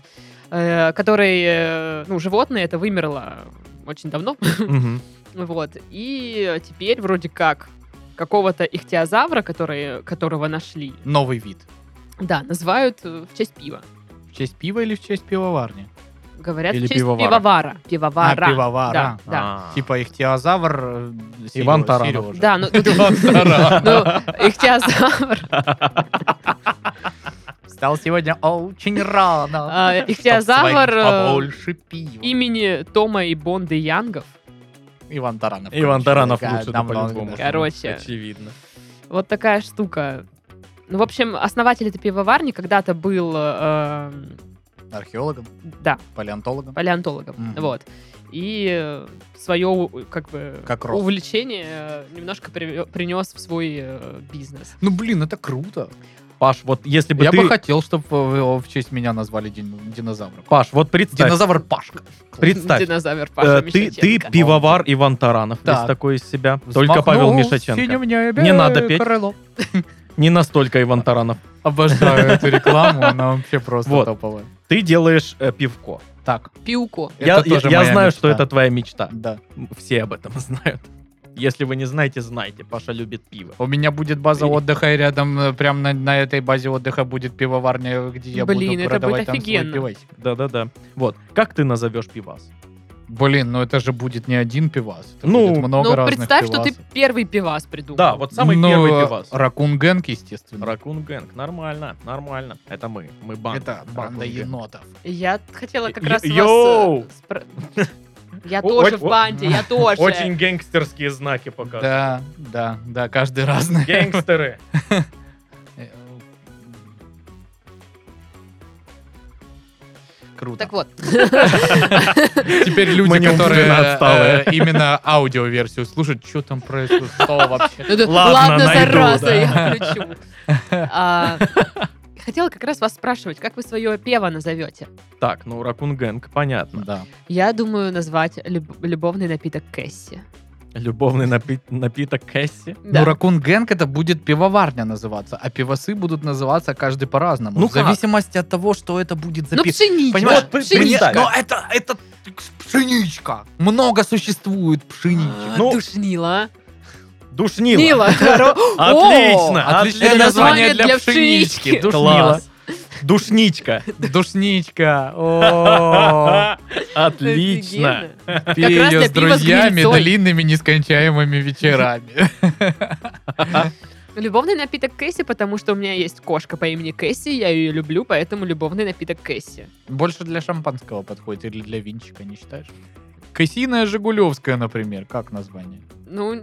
[SPEAKER 1] Э, Который, э, ну, животное это вымерло очень давно.
[SPEAKER 3] Мгм.
[SPEAKER 1] Вот. И теперь вроде как какого-то ихтиозавра, который, которого нашли,
[SPEAKER 2] Новый вид.
[SPEAKER 1] да, называют э, в честь пива.
[SPEAKER 2] В честь пива или в честь пивоварни?
[SPEAKER 1] Говорят,
[SPEAKER 3] Или
[SPEAKER 1] в честь
[SPEAKER 3] пивовара.
[SPEAKER 1] пивовара. Пивовара.
[SPEAKER 2] А, пивовара.
[SPEAKER 1] Да, да.
[SPEAKER 3] А.
[SPEAKER 2] Типа ихтиозавр э, Серё-
[SPEAKER 3] Иван Таранов.
[SPEAKER 2] Серёжа.
[SPEAKER 1] Да, ну,
[SPEAKER 2] Иван Таранов.
[SPEAKER 1] ну, ихтиозавр.
[SPEAKER 2] Встал сегодня очень рано.
[SPEAKER 1] а, Ихтиозавр
[SPEAKER 2] Чтоб своим
[SPEAKER 1] э,
[SPEAKER 2] побольше пива.
[SPEAKER 1] имени Тома и Бонды Янгов.
[SPEAKER 2] Иван Таранов.
[SPEAKER 3] Иван
[SPEAKER 2] конечно,
[SPEAKER 3] Таранов
[SPEAKER 2] такая
[SPEAKER 3] лучше,
[SPEAKER 2] давно-
[SPEAKER 3] ну, по-любому.
[SPEAKER 1] Короче.
[SPEAKER 3] Очевидно.
[SPEAKER 1] Вот такая штука. Ну, в общем, основатель этой пивоварни когда-то был, э,
[SPEAKER 2] Археологом,
[SPEAKER 1] да,
[SPEAKER 2] палеонтологом.
[SPEAKER 1] палеонтологом,
[SPEAKER 2] Мгм.
[SPEAKER 1] вот. И свое как бы
[SPEAKER 2] Как рост.
[SPEAKER 1] увлечение э, немножко принес в свой э, бизнес.
[SPEAKER 2] Ну, блин, это круто.
[SPEAKER 3] Паш, вот если бы
[SPEAKER 2] Я
[SPEAKER 3] ты...
[SPEAKER 2] бы хотел, чтобы в честь меня назвали дин- динозавром.
[SPEAKER 3] Паш, вот представь,
[SPEAKER 2] Динозавр Пашка.
[SPEAKER 3] представь,
[SPEAKER 1] Динозавр Паша
[SPEAKER 3] э, ты, ты
[SPEAKER 1] Мишаченко.
[SPEAKER 3] пивовар Иван Таранов
[SPEAKER 2] Ну. Так. Ну,
[SPEAKER 3] из такой из себя. Только
[SPEAKER 2] Взмахнул
[SPEAKER 3] Павел
[SPEAKER 2] в
[SPEAKER 3] Мишаченко.
[SPEAKER 2] синем небе
[SPEAKER 3] Не надо петь.
[SPEAKER 2] крыло.
[SPEAKER 3] Не настолько Иван Таранов.
[SPEAKER 2] Обожаю эту рекламу, она вообще просто
[SPEAKER 3] Вот.
[SPEAKER 2] топовая.
[SPEAKER 3] Ты делаешь э, пивко.
[SPEAKER 2] Так,
[SPEAKER 1] Пиуко.
[SPEAKER 3] Я,
[SPEAKER 2] это тоже
[SPEAKER 3] я- я
[SPEAKER 2] моя
[SPEAKER 3] знаю,
[SPEAKER 2] мечта.
[SPEAKER 3] что это твоя мечта.
[SPEAKER 2] Да.
[SPEAKER 3] Все об этом знают. Если вы не знаете, знайте. Паша любит пиво.
[SPEAKER 2] У меня будет база
[SPEAKER 3] И-
[SPEAKER 2] отдыха, и рядом э, прям на, на этой базе отдыха будет пивоварня, где я
[SPEAKER 1] Блин,
[SPEAKER 2] буду
[SPEAKER 1] это будет
[SPEAKER 2] продавать там свой
[SPEAKER 1] офигенно.
[SPEAKER 2] пивасик.
[SPEAKER 3] Да-да-да. Вот. Как ты назовешь пивас?
[SPEAKER 2] Блин, ну это же будет не один пивас. Это
[SPEAKER 3] Ну,
[SPEAKER 2] будет много
[SPEAKER 1] Ну,
[SPEAKER 2] разных
[SPEAKER 1] представь, что ты
[SPEAKER 2] пивасов.
[SPEAKER 1] первый пивас придумал.
[SPEAKER 3] Да, вот самый
[SPEAKER 2] Ну,
[SPEAKER 3] первый пивас.
[SPEAKER 2] Ракун Гэнг, естественно.
[SPEAKER 3] Ракун Гэнг. Нормально, нормально. Это мы. Мы банда.
[SPEAKER 2] Это банда
[SPEAKER 3] Ракун Гэнг.
[SPEAKER 2] енотов.
[SPEAKER 1] Я хотела как
[SPEAKER 3] Ё-
[SPEAKER 1] раз вас... э,
[SPEAKER 3] йоу!
[SPEAKER 1] спро- Я
[SPEAKER 3] О-
[SPEAKER 1] тоже
[SPEAKER 3] о-
[SPEAKER 1] в банде, я тоже.
[SPEAKER 3] Очень гэнгстерские знаки показывают.
[SPEAKER 2] Да, да, да, каждый разный.
[SPEAKER 3] Гэнгстеры.
[SPEAKER 2] Э, Круто.
[SPEAKER 1] Так вот,
[SPEAKER 2] Теперь люди,
[SPEAKER 3] Мы не
[SPEAKER 2] которые
[SPEAKER 3] умственно отсталые.
[SPEAKER 2] э, именно аудиоверсию слушают, что там происходит, что вообще.
[SPEAKER 1] Ну, да,
[SPEAKER 3] Ладно,
[SPEAKER 1] ладно,
[SPEAKER 3] найду,
[SPEAKER 1] зараза,
[SPEAKER 3] да.
[SPEAKER 1] я включу. А, Хотела как раз вас спрашивать, как вы свое пиво назовете?
[SPEAKER 3] Так, ну Ракун Гэнг, понятно.
[SPEAKER 2] Да.
[SPEAKER 1] Я думаю назвать люб- любовный напиток Кэсси.
[SPEAKER 3] Любовный напи- напиток Кэсси.
[SPEAKER 2] Ну,
[SPEAKER 1] Да.
[SPEAKER 2] Ракун Гэнг это будет пивоварня называться, а пивасы будут называться каждый по-разному.
[SPEAKER 3] Ну
[SPEAKER 2] в
[SPEAKER 3] как?
[SPEAKER 2] зависимости от того, что это будет
[SPEAKER 1] Ну,
[SPEAKER 2] записано.
[SPEAKER 1] пшеничка.
[SPEAKER 2] Понимаешь,
[SPEAKER 3] при-
[SPEAKER 1] пшеничка.
[SPEAKER 3] при-
[SPEAKER 2] но это, это пшеничка. Много существует пшеничек.
[SPEAKER 1] А,
[SPEAKER 3] ну,
[SPEAKER 1] Душнила.
[SPEAKER 3] Душнило.
[SPEAKER 1] Нила. хоро-
[SPEAKER 3] Отлично,
[SPEAKER 2] О,
[SPEAKER 3] отличное
[SPEAKER 1] это
[SPEAKER 3] название.
[SPEAKER 1] название для пшенички.
[SPEAKER 2] Душнила.
[SPEAKER 3] Класс. Душничка. А,
[SPEAKER 2] Душничка. О,
[SPEAKER 3] Отлично.
[SPEAKER 1] Офигенно. раз для
[SPEAKER 2] Пею с
[SPEAKER 1] пива с
[SPEAKER 2] друзьями
[SPEAKER 1] гнильцой.
[SPEAKER 2] длинными нескончаемыми вечерами.
[SPEAKER 1] Любовный напиток Кэсси, потому что у меня есть кошка по имени Кэсси, я ее люблю, поэтому любовный напиток Кэсси.
[SPEAKER 2] Больше для шампанского подходит или для винчика, не считаешь? Косиная Жигулевская, например, как название?
[SPEAKER 1] Ну,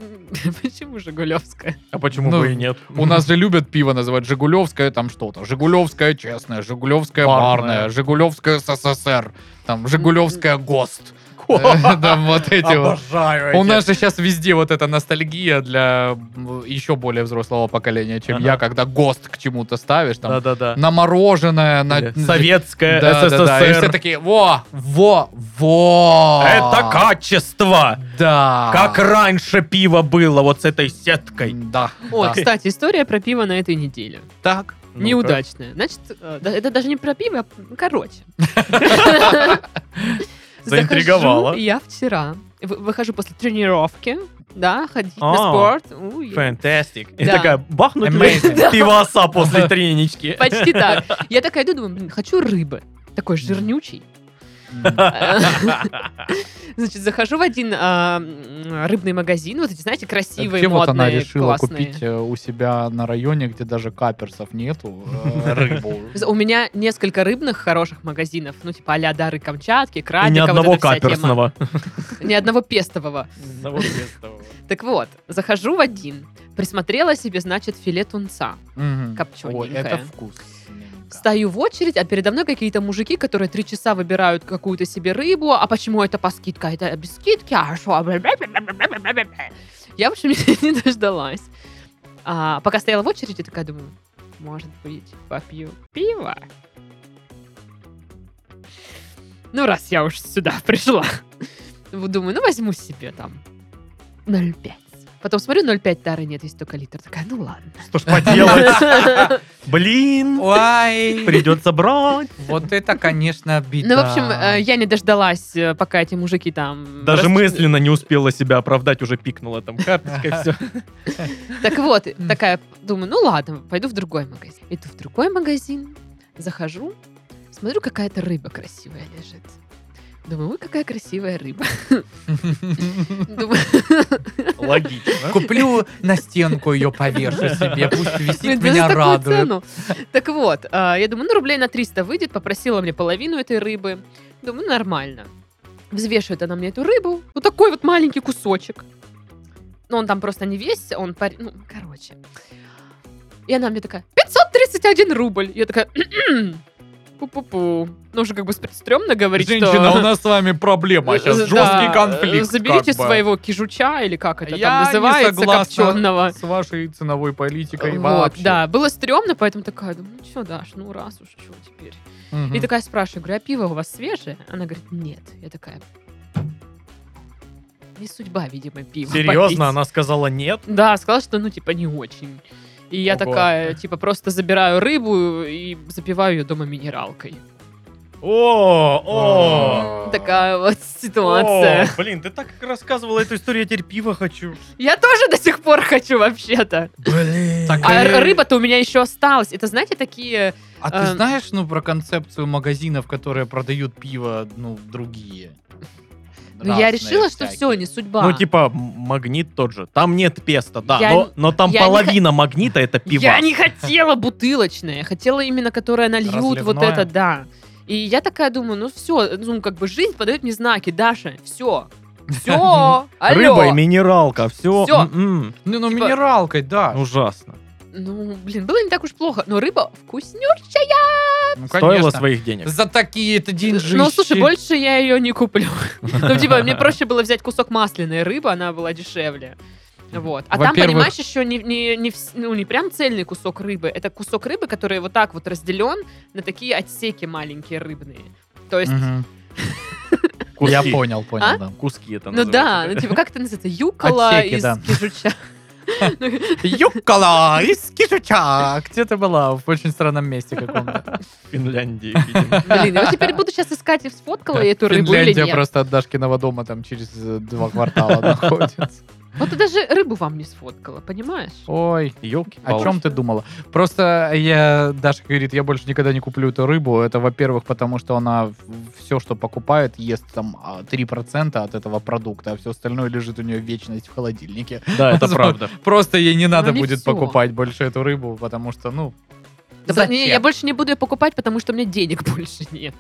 [SPEAKER 1] почему Жигулевская?
[SPEAKER 3] А почему
[SPEAKER 2] Ну,
[SPEAKER 3] бы и нет?
[SPEAKER 2] У нас же любят пиво называть Жигулевское там что-то. Жигулевское честное, Жигулевское барное,
[SPEAKER 3] Барное.
[SPEAKER 2] Жигулевское СССР, там Жигулевское ГОСТ.
[SPEAKER 3] Ко-
[SPEAKER 2] Там вот э, эти вот.
[SPEAKER 3] Обожаю
[SPEAKER 2] У
[SPEAKER 3] эти.
[SPEAKER 2] нас же сейчас везде вот эта ностальгия для м, еще более взрослого поколения, чем
[SPEAKER 3] Ага.
[SPEAKER 2] я, когда ГОСТ к чему-то ставишь, там,
[SPEAKER 3] Да-да-да.
[SPEAKER 2] на мороженое, на...
[SPEAKER 3] Или Э, Советская
[SPEAKER 2] Да, да, да. И все
[SPEAKER 3] СССР. А.
[SPEAKER 2] такие, во, во, во.
[SPEAKER 3] Это качество!
[SPEAKER 2] Да.
[SPEAKER 3] Как раньше пиво было вот с этой сеткой.
[SPEAKER 2] Да.
[SPEAKER 1] О,
[SPEAKER 2] да.
[SPEAKER 1] кстати, история про пиво на этой неделе.
[SPEAKER 2] Так.
[SPEAKER 3] Ну-ка.
[SPEAKER 1] Неудачная. Значит, э, да- это даже не про пиво, а ну, короче.
[SPEAKER 3] Заинтриговала.
[SPEAKER 1] Захожу Я вчера вы- выхожу после тренировки, да, ходить на
[SPEAKER 3] А.
[SPEAKER 1] спорт. У, я-
[SPEAKER 3] Фантастик. И
[SPEAKER 1] Да.
[SPEAKER 3] такая, бахнуть
[SPEAKER 2] Amazing.
[SPEAKER 3] ли пиваса после тренички.
[SPEAKER 1] Почти так. Я такая иду, думаю, блин, хочу рыбы. Такой жирнючий. Значит, захожу в один а, м, рыбный магазин, вот эти, знаете, красивые,
[SPEAKER 2] Где вот она
[SPEAKER 1] модные,
[SPEAKER 2] решила
[SPEAKER 1] классные.
[SPEAKER 2] купить э, у себя на районе, где даже каперсов нету, э, рыбу?
[SPEAKER 1] З- У меня несколько рыбных хороших магазинов, ну, типа а-ля Дары Камчатки,
[SPEAKER 3] И
[SPEAKER 1] Крадика.
[SPEAKER 3] ни
[SPEAKER 1] вот
[SPEAKER 3] одного
[SPEAKER 1] эта вся тема.
[SPEAKER 3] каперсного.
[SPEAKER 1] Ни одного пестового.
[SPEAKER 3] Одного пестового.
[SPEAKER 1] Так вот, захожу в один, присмотрела себе, значит, филе тунца.
[SPEAKER 2] Мгм.
[SPEAKER 1] Копчёненькая.
[SPEAKER 2] Ой, это вкус.
[SPEAKER 1] Стою в очередь, а передо мной какие-то мужики, которые три часа выбирают какую-то себе рыбу. А почему это по скидке? а Это без скидки? А что? Я, в общем, не дождалась. А, пока стояла в очереди, такая думаю, может быть, попью пиво? Ну, раз я уж сюда пришла. Вот Думаю, ну, возьму себе там 0,5. Потом смотрю, 0,5 тары нет, есть только литр. Такая, ну ладно.
[SPEAKER 3] Что ж поделать? Блин,
[SPEAKER 2] Ой,
[SPEAKER 3] придется брать.
[SPEAKER 2] вот это, конечно,
[SPEAKER 1] Ну,
[SPEAKER 2] обидно.
[SPEAKER 1] в общем, э, я не дождалась, э, пока эти мужики там...
[SPEAKER 3] Даже
[SPEAKER 1] рас-
[SPEAKER 3] мысленно не успела себя оправдать, уже пикнула там карточкой, все.
[SPEAKER 1] Так вот, такая, думаю, ну ладно, пойду в другой магазин. Иду в другой магазин, захожу, смотрю, какая-то рыба красивая лежит. Думаю, ой, какая красивая рыба. Думаю,
[SPEAKER 3] Логично.
[SPEAKER 2] Куплю на стенку ее повешу себе, пусть
[SPEAKER 1] блин,
[SPEAKER 2] висит,
[SPEAKER 1] даже
[SPEAKER 2] меня
[SPEAKER 1] такую
[SPEAKER 2] радует.
[SPEAKER 1] цену. Так вот, а, я думаю, ну рублей на 300 выйдет, попросила мне половину этой рыбы. Думаю, ну, нормально. Взвешивает она мне эту рыбу. Вот такой вот маленький кусочек. Но он там просто не весь, он... пар- Ну, короче. И она мне такая, 531 рубль. Я такая, «Кхм-кхм». пу-пу-пу. Ну, уже как бы стрёмно говорить,
[SPEAKER 2] Женщина, а
[SPEAKER 1] что... Э,
[SPEAKER 2] у нас с вами проблема, сейчас
[SPEAKER 1] Да, э,
[SPEAKER 2] жесткий конфликт.
[SPEAKER 1] Заберите
[SPEAKER 2] как бы.
[SPEAKER 1] своего кижуча, или как это
[SPEAKER 2] Я
[SPEAKER 1] там
[SPEAKER 2] не
[SPEAKER 1] называется,
[SPEAKER 2] согласна.
[SPEAKER 1] копченого.
[SPEAKER 2] С вашей ценовой
[SPEAKER 3] Типа,
[SPEAKER 2] политикой
[SPEAKER 1] Вот,
[SPEAKER 2] вообще.
[SPEAKER 1] да, было стрёмно, поэтому такая, думаю, ну что, Даш, ну раз уж, что теперь.
[SPEAKER 2] Мгм.
[SPEAKER 1] И такая спрашиваю, говорю, а пиво у вас свежее? Она говорит, нет. Я такая, не судьба, видимо, пиво. попить».
[SPEAKER 3] Серьезно, она сказала нет?
[SPEAKER 1] Да, сказала, что, ну, типа, не очень. И я
[SPEAKER 3] Ого.
[SPEAKER 1] такая, типа, просто забираю рыбу и запиваю ее дома минералкой.
[SPEAKER 3] О, о,
[SPEAKER 1] Такая вот
[SPEAKER 3] А. о.
[SPEAKER 1] ситуация.
[SPEAKER 3] Блин, ты так рассказывала эту историю, я теперь пиво хочу.
[SPEAKER 1] Я тоже до сих пор хочу вообще-то.
[SPEAKER 2] Блин. Так,
[SPEAKER 1] А
[SPEAKER 2] э,
[SPEAKER 1] р- рыба-то у меня еще осталась. Это, знаете, такие...
[SPEAKER 2] А
[SPEAKER 1] э,
[SPEAKER 2] ты знаешь, ну, про концепцию магазинов, которые продают пиво, ну, другие?
[SPEAKER 1] Ну, я
[SPEAKER 2] Разные
[SPEAKER 1] решила, что
[SPEAKER 2] всякие.
[SPEAKER 1] все, не судьба.
[SPEAKER 3] Ну, типа, м- магнит тот же. Там нет песта, да.
[SPEAKER 1] Я
[SPEAKER 3] Но, но там
[SPEAKER 1] я не
[SPEAKER 3] половина магнита это пиво.
[SPEAKER 1] Я не хотела бутылочное, я хотела именно, которое нальют, вот
[SPEAKER 2] Разливное?
[SPEAKER 1] это, да. И я такая думаю, ну все, ну как бы жизнь подает мне знаки, Даша, все, все,
[SPEAKER 3] Рыба и
[SPEAKER 1] алло.
[SPEAKER 3] минералка, М-м. все.
[SPEAKER 1] Всё.
[SPEAKER 2] Ну, ну,
[SPEAKER 1] типа-
[SPEAKER 2] минералкой, да.
[SPEAKER 3] Ужасно.
[SPEAKER 1] Ну, блин, было не так уж плохо, но рыба вкуснющая.
[SPEAKER 2] Ну,
[SPEAKER 3] Стоило
[SPEAKER 2] конечно.
[SPEAKER 3] своих денег.
[SPEAKER 2] За такие-то деньжищи.
[SPEAKER 1] Ну, слушай, больше я ее не куплю. Ну, типа, мне проще было взять кусок масляной рыбы, она была дешевле. Вот. А там,
[SPEAKER 2] Во-первых-
[SPEAKER 1] понимаешь, еще не, не, не, вс- ну, не прям цельный кусок рыбы. Это кусок рыбы, который вот так вот разделен на такие отсеки маленькие рыбные. То есть
[SPEAKER 2] Мгм.
[SPEAKER 3] Куски.
[SPEAKER 2] Я понял, понял,
[SPEAKER 1] А?
[SPEAKER 2] да.
[SPEAKER 3] Куски это
[SPEAKER 1] Ну да, ну
[SPEAKER 3] называется.
[SPEAKER 1] типа как это называется? Юкола
[SPEAKER 2] Отсеки,
[SPEAKER 1] из Ну,
[SPEAKER 2] да.
[SPEAKER 1] кижуча.
[SPEAKER 2] Юкала из Кишуча. Где ты была? В очень странном месте каком-то.
[SPEAKER 3] В Финляндии, видимо.
[SPEAKER 1] Блин, я вот теперь буду сейчас искать, и сфоткала я эту рыбу или
[SPEAKER 2] Финляндия
[SPEAKER 1] нет.
[SPEAKER 2] просто от Дашкиного дома там через э, два квартала находится.
[SPEAKER 1] Вот ты даже рыбу вам не сфоткала, понимаешь?
[SPEAKER 2] Ой,
[SPEAKER 3] Ёлки.
[SPEAKER 2] О чем ты думала? Просто я, Даша говорит, я больше никогда не куплю эту рыбу. Это, во-первых, потому что она все, что покупает, ест там а, 3% от этого продукта, а все остальное лежит у нее вечность в холодильнике.
[SPEAKER 3] Да, это
[SPEAKER 2] Возможно.
[SPEAKER 3] правда.
[SPEAKER 2] Просто ей не надо
[SPEAKER 1] не
[SPEAKER 2] будет
[SPEAKER 1] Ну, всё.
[SPEAKER 2] покупать больше эту рыбу, потому что, ну,
[SPEAKER 1] Да потому- не, Я больше не буду ее покупать, потому что у меня денег больше нет.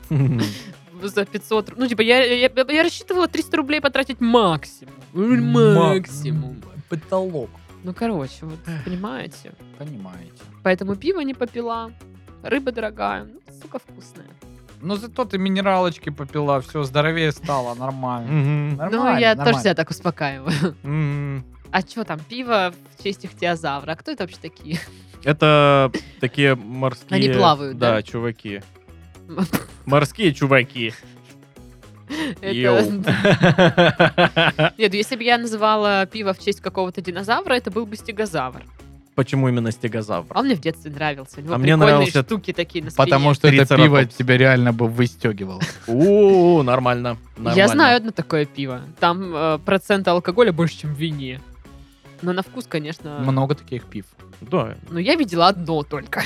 [SPEAKER 1] За 500... ру- Ну, типа, я, я, я рассчитывала 300 рублей потратить максимум.
[SPEAKER 2] Ма-
[SPEAKER 1] Максимум.
[SPEAKER 2] Потолок.
[SPEAKER 1] Ну, короче, вот понимаете.
[SPEAKER 2] Понимаете.
[SPEAKER 1] Поэтому пиво не попила, рыба дорогая, ну, сука, вкусная.
[SPEAKER 2] Но Ну, зато ты минералочки попила, все, здоровее стало, нормально.
[SPEAKER 3] Мгм.
[SPEAKER 2] Нормально,
[SPEAKER 1] ну, я тоже
[SPEAKER 2] нормально.
[SPEAKER 1] себя так успокаиваю.
[SPEAKER 3] Мгм.
[SPEAKER 1] А что там, пиво в честь ихтиозавра? А кто это вообще такие?
[SPEAKER 3] Это такие морские...
[SPEAKER 1] Они плавают, да?
[SPEAKER 3] Да, чуваки. Морские чуваки. Йоу.
[SPEAKER 1] Это- Нет, ну, если бы я называла пиво в честь какого-то динозавра, это был бы стегозавр.
[SPEAKER 3] Почему именно стегозавр?
[SPEAKER 1] А Он мне в детстве нравился. У него
[SPEAKER 3] А мне
[SPEAKER 1] прикольные
[SPEAKER 3] нравился-
[SPEAKER 1] штуки такие на спине.
[SPEAKER 2] Потому что это
[SPEAKER 3] Трицератопс.
[SPEAKER 2] пиво тебя реально бы выстегивало.
[SPEAKER 3] О, нормально.
[SPEAKER 1] Я
[SPEAKER 3] нормально.
[SPEAKER 1] знаю одно такое пиво. Там э, процент алкоголя больше, чем в вине. Но на вкус, конечно...
[SPEAKER 2] Много таких пив.
[SPEAKER 3] Да.
[SPEAKER 1] Ну, я видела одно только.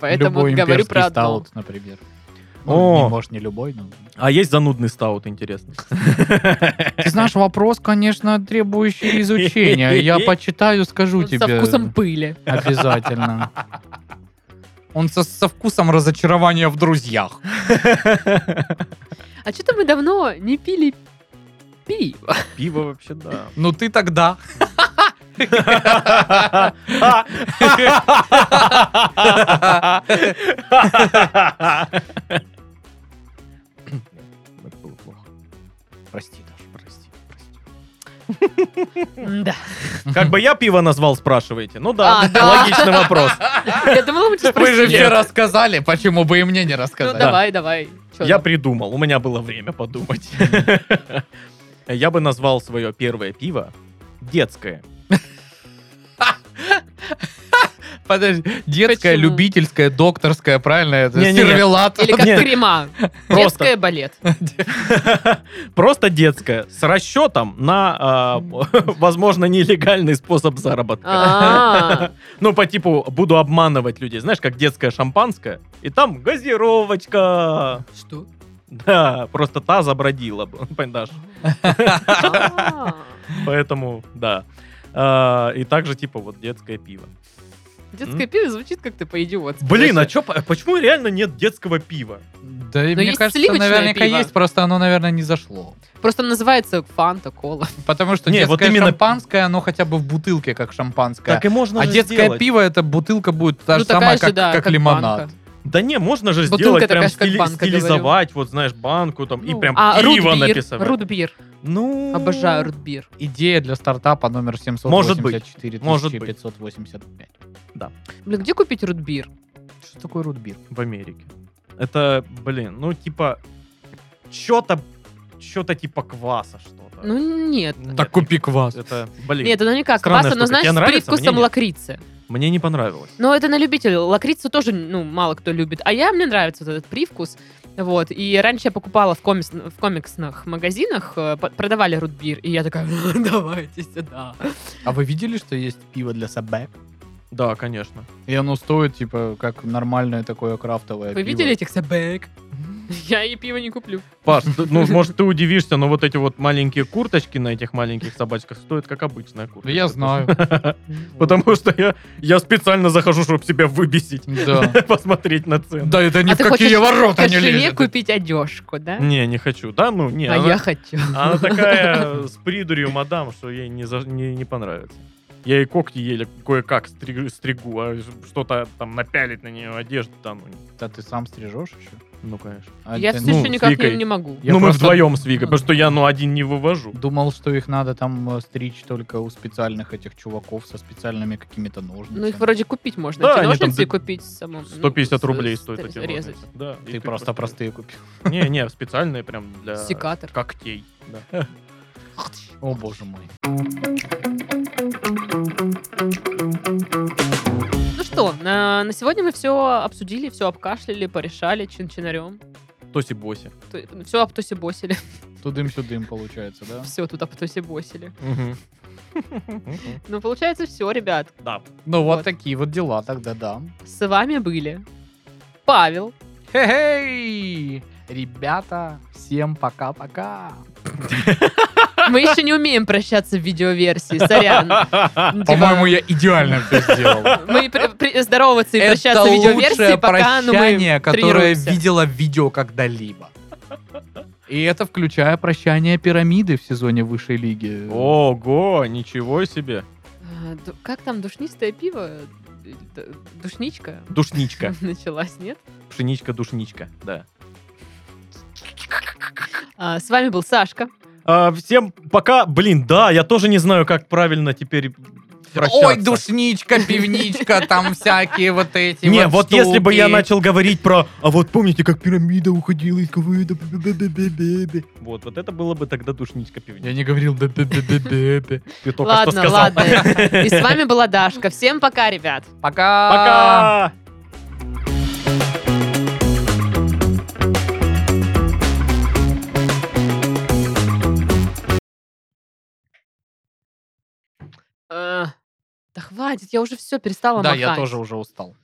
[SPEAKER 1] Поэтому
[SPEAKER 2] любой
[SPEAKER 1] говорю
[SPEAKER 2] имперский
[SPEAKER 1] про одно.
[SPEAKER 2] стаут, например.
[SPEAKER 3] О.
[SPEAKER 2] Ну, не, может, не любой, но...
[SPEAKER 3] А есть занудный стаут, интересно.
[SPEAKER 2] Ты знаешь, вопрос, конечно, требующий
[SPEAKER 3] изучения.
[SPEAKER 2] изучения.
[SPEAKER 3] Я
[SPEAKER 2] Я почитаю, скажу
[SPEAKER 1] Он
[SPEAKER 2] тебе.
[SPEAKER 1] Со вкусом пыли.
[SPEAKER 2] Обязательно. Он со, со вкусом разочарования в друзьях.
[SPEAKER 1] А что-то мы давно не пили пиво.
[SPEAKER 3] Пиво вообще, да.
[SPEAKER 2] Ну ты тогда.
[SPEAKER 3] Это было плохо.
[SPEAKER 2] Прости, Даша, прости. прости.
[SPEAKER 1] Да.
[SPEAKER 3] Как бы я пиво назвал, спрашиваете? Ну да,
[SPEAKER 1] А, да.
[SPEAKER 3] логичный вопрос.
[SPEAKER 1] Я думала, мы тебя
[SPEAKER 2] Вы же
[SPEAKER 1] спросили.
[SPEAKER 2] все рассказали, почему бы и мне не
[SPEAKER 1] Ну,
[SPEAKER 2] рассказали?
[SPEAKER 1] давай, давай. Чё
[SPEAKER 3] Я
[SPEAKER 1] там?
[SPEAKER 3] придумал, у меня было время подумать. Я бы назвал свое первое пиво детское.
[SPEAKER 2] Подожди, детская,
[SPEAKER 1] Почему?
[SPEAKER 2] любительская, докторская, правильно? Это
[SPEAKER 3] Не-не-не.
[SPEAKER 2] сервелат.
[SPEAKER 1] Или как
[SPEAKER 3] Нет.
[SPEAKER 1] крема.
[SPEAKER 3] Просто.
[SPEAKER 1] Детская балет.
[SPEAKER 3] Просто детская, с расчетом на, э, возможно, нелегальный способ заработка.
[SPEAKER 1] А,
[SPEAKER 3] Ну, по типу, буду обманывать людей. Знаешь, как детское шампанское, и там газировочка.
[SPEAKER 1] Что?
[SPEAKER 3] Да, просто та забродила, понимаешь?
[SPEAKER 1] А,
[SPEAKER 3] Поэтому, да. А, И также, типа, вот детское пиво.
[SPEAKER 1] Детское пиво звучит как-то по-идиотски.
[SPEAKER 3] Блин, а
[SPEAKER 1] Вообще.
[SPEAKER 3] чё, по- почему реально нет детского пива?
[SPEAKER 2] Да, и мне
[SPEAKER 1] Ну, есть
[SPEAKER 2] кажется,
[SPEAKER 1] сливочное
[SPEAKER 2] наверняка
[SPEAKER 1] пиво.
[SPEAKER 2] есть, просто оно, наверное, не зашло.
[SPEAKER 3] а
[SPEAKER 1] Просто называется фанта, кола.
[SPEAKER 2] Потому что
[SPEAKER 3] Не,
[SPEAKER 2] детское
[SPEAKER 3] вот именно-
[SPEAKER 2] шампанское, оно хотя бы в бутылке, как шампанское.
[SPEAKER 3] Так и можно
[SPEAKER 2] а
[SPEAKER 3] же
[SPEAKER 2] детское
[SPEAKER 3] сделать.
[SPEAKER 2] пиво, это бутылка будет та
[SPEAKER 1] Ну,
[SPEAKER 2] же
[SPEAKER 1] такая
[SPEAKER 2] самая,
[SPEAKER 1] же,
[SPEAKER 2] как,
[SPEAKER 1] да,
[SPEAKER 2] как
[SPEAKER 1] как
[SPEAKER 2] лимонад.
[SPEAKER 1] банка.
[SPEAKER 3] Да не, можно же
[SPEAKER 1] Бутылка
[SPEAKER 3] сделать
[SPEAKER 1] такая
[SPEAKER 3] прям
[SPEAKER 1] же, как
[SPEAKER 3] стили-
[SPEAKER 1] банка,
[SPEAKER 3] стилизовать, вот знаешь, банку там и
[SPEAKER 1] Ну,
[SPEAKER 3] прям
[SPEAKER 1] а,
[SPEAKER 3] пиво
[SPEAKER 1] рудбир,
[SPEAKER 3] написать.
[SPEAKER 1] Рудбир.
[SPEAKER 3] Ну,
[SPEAKER 1] Обожаю рудбир.
[SPEAKER 2] Идея для стартапа номер 784
[SPEAKER 3] Может быть. Может быть.
[SPEAKER 2] 585.
[SPEAKER 1] Блин, где купить рудбир?
[SPEAKER 2] Что такое рудбир?
[SPEAKER 3] в Америке. Это, блин, ну типа что-то, что-то типа кваса что-то.
[SPEAKER 1] Ну, нет.
[SPEAKER 3] Нет,
[SPEAKER 2] Так купи квас.
[SPEAKER 3] Это, блин,
[SPEAKER 1] Нет, оно не как
[SPEAKER 3] Странная
[SPEAKER 1] кваса, но
[SPEAKER 3] штука.
[SPEAKER 1] знаешь,
[SPEAKER 3] Тебе
[SPEAKER 1] с
[SPEAKER 3] нравится?
[SPEAKER 1] привкусом
[SPEAKER 3] Мне нет.
[SPEAKER 1] лакрицы.
[SPEAKER 3] мне не понравилось.
[SPEAKER 1] Но это на любителя. Лакрицу тоже, ну, мало кто любит. А я, мне нравится вот этот привкус. Вот. И раньше я покупала в, комикс, в комиксных магазинах, э, по- продавали рудбир. И я такая, давайте сюда.
[SPEAKER 2] А вы видели, что есть пиво для собак?
[SPEAKER 3] Да, конечно.
[SPEAKER 2] И оно стоит, типа, как нормальное такое крафтовое
[SPEAKER 1] Вы
[SPEAKER 2] пиво.
[SPEAKER 1] видели этих собак? Я и пиво не куплю.
[SPEAKER 3] Паш, ты- ну, может, ты удивишься, но вот эти вот маленькие курточки на этих маленьких собачках стоят, как обычная
[SPEAKER 2] Да
[SPEAKER 3] курточка.
[SPEAKER 2] Ну, я знаю.
[SPEAKER 3] Потому что я, я специально захожу, чтобы себя выбесить.
[SPEAKER 2] Да.
[SPEAKER 3] Посмотреть на цену.
[SPEAKER 2] Да это ни
[SPEAKER 1] а
[SPEAKER 2] в
[SPEAKER 1] ты
[SPEAKER 2] какие
[SPEAKER 1] хочешь
[SPEAKER 2] ворота не
[SPEAKER 1] кошеле
[SPEAKER 2] лезет.
[SPEAKER 1] купить одежку, да?
[SPEAKER 3] Не, не хочу. Да, ну, не.
[SPEAKER 1] а
[SPEAKER 3] она-
[SPEAKER 1] я хочу.
[SPEAKER 3] Она такая с придурью мадам, что ей не, за- не, не понравится. Я ей когти еле кое-как стри- стригу, а что-то там напялить на нее одежду там.
[SPEAKER 2] Да ты сам стрижешь еще?
[SPEAKER 3] Ну, конечно.
[SPEAKER 2] А
[SPEAKER 1] я
[SPEAKER 2] ты-
[SPEAKER 1] все
[SPEAKER 3] ну,
[SPEAKER 1] еще никак
[SPEAKER 3] Викой.
[SPEAKER 1] не, не могу.
[SPEAKER 2] Я
[SPEAKER 3] ну, мы
[SPEAKER 2] просто
[SPEAKER 3] вдвоем с Вигой, потому что я, ну, один не вывожу.
[SPEAKER 2] Думал, что их надо там э, стричь только у специальных этих чуваков со специальными какими-то ножницами.
[SPEAKER 1] Ну, их вроде купить можно.
[SPEAKER 3] Да,
[SPEAKER 1] Эти
[SPEAKER 3] они там
[SPEAKER 1] ножницы
[SPEAKER 3] д-
[SPEAKER 1] купить самому.
[SPEAKER 3] 150 рублей стоит
[SPEAKER 1] эти
[SPEAKER 3] эти
[SPEAKER 1] Резать.
[SPEAKER 3] ножницы. Да, и
[SPEAKER 2] Ты просто простые купил.
[SPEAKER 3] Не, не, специальные прям для...
[SPEAKER 1] Секатор.
[SPEAKER 3] Когтей. да.
[SPEAKER 2] О, боже мой.
[SPEAKER 1] Ну что, на, на сегодня мы все обсудили, все обкашляли, порешали, чин-чинарем.
[SPEAKER 3] Тоси-боси.
[SPEAKER 1] Все обтоси-босили.
[SPEAKER 2] Тудым-сюдым получается, да?
[SPEAKER 1] Все тут обтоси-босили. Ну, получается, все, ребят.
[SPEAKER 3] Да.
[SPEAKER 2] Ну,
[SPEAKER 1] вот
[SPEAKER 2] вот такие вот дела тогда, да.
[SPEAKER 1] С вами были Павел,
[SPEAKER 2] Хе-хей! Ребята, всем пока-пока.
[SPEAKER 1] Мы еще не умеем прощаться в видеоверсии, сорян. Ну, типа,
[SPEAKER 2] По-моему, я идеально все сделал.
[SPEAKER 1] мы пр- пр- здороваться и
[SPEAKER 2] Это
[SPEAKER 1] прощаться в видеоверсии,
[SPEAKER 2] лучшее
[SPEAKER 1] пока ну, мы
[SPEAKER 2] прощание, которое
[SPEAKER 1] тренируемся.
[SPEAKER 2] видела видео когда-либо. И это включая прощание пирамиды в сезоне высшей лиги.
[SPEAKER 3] Ого, ничего себе.
[SPEAKER 1] А, ду- Как там душнистое пиво? Д- Душничка?
[SPEAKER 3] Душничка.
[SPEAKER 1] Началась, нет?
[SPEAKER 3] Пшеничка-душничка, да.
[SPEAKER 1] А, С вами был Сашка.
[SPEAKER 3] А, всем пока. Блин, да, я тоже не знаю, как правильно теперь прощаться.
[SPEAKER 2] Ой, душничка, пивничка, там всякие вот эти
[SPEAKER 3] Не,
[SPEAKER 2] вот
[SPEAKER 3] вот если бы я
[SPEAKER 2] штуки.
[SPEAKER 3] начал говорить про... А вот помните, как пирамида уходила из КВН? бе-бе-бе-бе-бе». Вот, вот это было бы тогда душничка
[SPEAKER 2] Я
[SPEAKER 3] пивня.
[SPEAKER 2] не говорил да-да-да-да-да.
[SPEAKER 3] Ты только что
[SPEAKER 1] Ладно,
[SPEAKER 3] сказал.
[SPEAKER 1] ладно. И с вами была Дашка. Всем пока, ребят.
[SPEAKER 2] Пока!
[SPEAKER 3] Пока!
[SPEAKER 1] А. Э, Да хватит, я уже все перестала
[SPEAKER 2] Да,
[SPEAKER 1] махать.
[SPEAKER 2] я тоже уже устал.